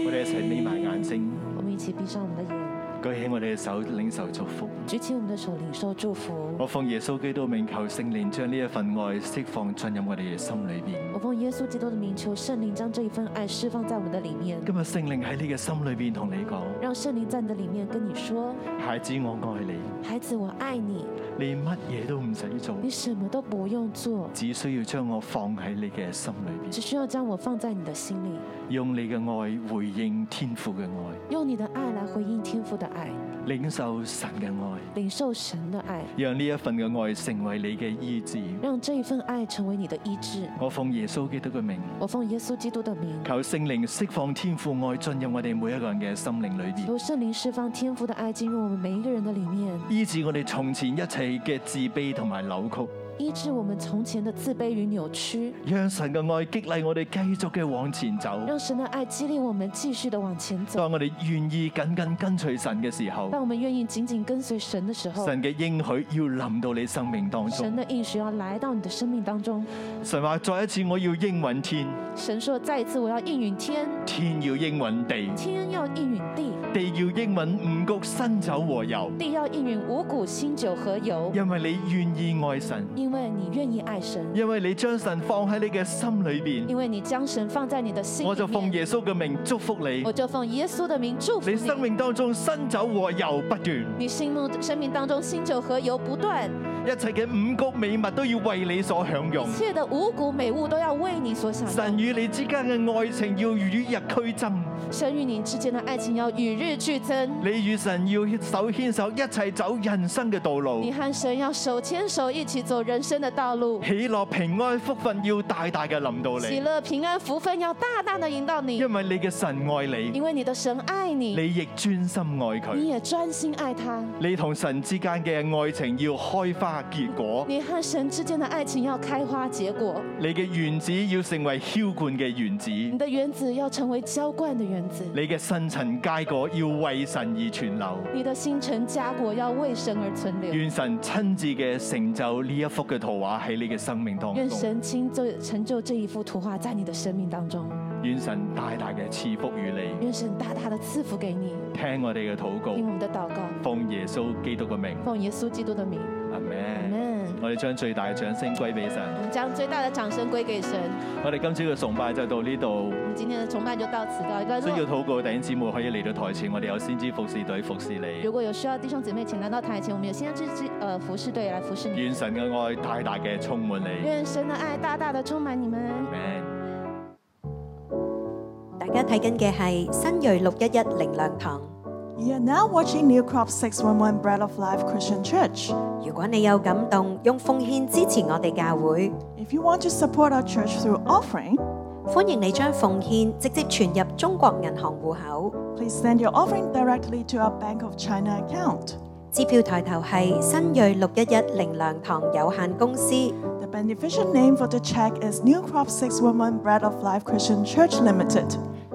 我哋一齊眯埋眼睛，
我们一起闭上我们的眼，
舉起我哋嘅手，領受祝福。
举起我们的手，领受祝福。
我奉耶穌基督名求聖靈將呢一份愛釋放進入我哋嘅心裏邊。
我奉耶稣基督的名求圣灵将这一份爱释放在我们的里面，
今日聖靈喺你嘅心裏邊同你講：
让圣灵在你的里面跟你说
孩子，我愛你，：“
孩子，我爱你，
你乜嘢都唔使做，
你什么都不用做，
只需要將我放喺你嘅心裏
只需要将我放在你的心里，
邊，用你嘅愛回應天父嘅愛，
用你的愛来回应天父的爱，
領受神嘅愛，
领受神的爱，
讓呢一份嘅愛成為你嘅醫治。
让这一份爱成为你的医治。”
我奉耶穌基督嘅名，
我奉耶稣基督的名，
求聖靈釋放天父愛進入我哋每一個人嘅心靈裏邊。
求圣灵释放天父的爱进入我们每一个人的里面，
醫治我哋從前一切嘅自卑同埋扭曲，
医治我们从前的自卑与扭曲。
讓神嘅愛激勵我哋繼續嘅往前走。
让神的爱激励我们继续的往前走。
當我哋願意緊緊跟隨神嘅時候，
当我们愿意紧紧跟随神的时候，
神嘅應許要臨到你生命當
神
中。
的应许要来到你的生命当中。
神話再一次，我要應允天，
神说：“再一次，我要应允天，
天要應允地，
天要应允地，
地要應允五谷新酒和油。
地要應允五谷、新酒和油。
因為你願意愛神”，
因为你愿意爱神，
因為你將神放喺你嘅心裏邊，
因为你将神放在你的心
我就
里
奉
面，
耶穌嘅名祝福你
我。就奉耶稣的名祝福
你生
你。
命當中新酒和油不斷，
你心目生命当中新酒和油不断，
一切嘅五谷美物都要為你所享用
一。切的五谷美物都要为你所享用。
神與你之間嘅愛情要與日俱增，
神与你之间的爱情要与日俱增，
你與神要手牽手一齊走人生嘅道路
你。和神要手牵手一起走人生的道路，
喜樂、平安、福分要大大嘅臨到
喜
你，
乐、平安、福分要大大的引导你，
因為你嘅神愛你，
因为你的神爱你，
你亦專心愛
你
佢。
也专心爱他。
你同神之間嘅愛情要開花結果，
你和神之间的爱情要开花结果，
你嘅原子要成為轎冠嘅原子，
你
你
的原子要成为浇灌的原子，
嘅新陳佳果要為神而存留。
你的星辰家国要为神而存留。
願神親自嘅成就呢一幅嘅圖畫喺你嘅生命當
愿
中。
神亲就成就这一幅图画在你的生命当中，
愿神大大嘅赐福与你，
愿神大大的赐福给你。
听我哋嘅祷告
听，我们的祷告，
奉耶稣基督嘅名，
奉耶稣基督的名，
阿
阿
门。
门。
我哋将最大嘅掌声归俾神。
我们将最大的掌声归给神。
我哋今朝嘅崇拜就到呢度，
我们今天的崇拜就到此告一段
需要
落。
祷告嘅弟兄姊妹可以嚟到台前，我哋有先知服侍队服侍
如
你。
果有需要弟兄姊妹，请来到台前，我们有先知之呃服侍队来服侍你。
愿神嘅爱大大嘅充满你。
愿神的爱大大的充满你们。
Amen
大家睇緊嘅係新锐六一一靈糧堂。
You're now watching New Crop 611 Bread of Life Christian Church.
如果你有感動，用奉獻支持我哋教會，
If you want to support our church through offering,
歡迎你將奉獻直接存入中國銀行户口。
please send your offering directly to our Bank of China account.
支票抬頭係新锐六一一靈糧堂有限公司。
The beneficial name for the check is New Crop 611 Bread of Life Christian Church Limited.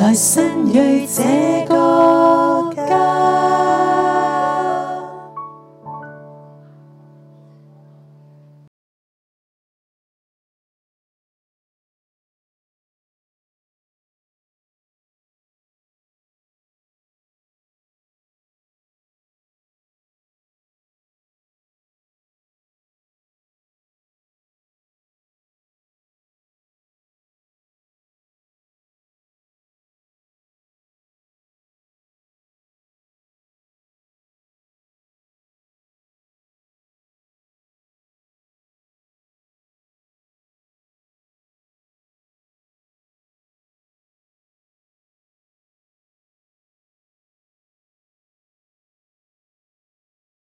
來新锐這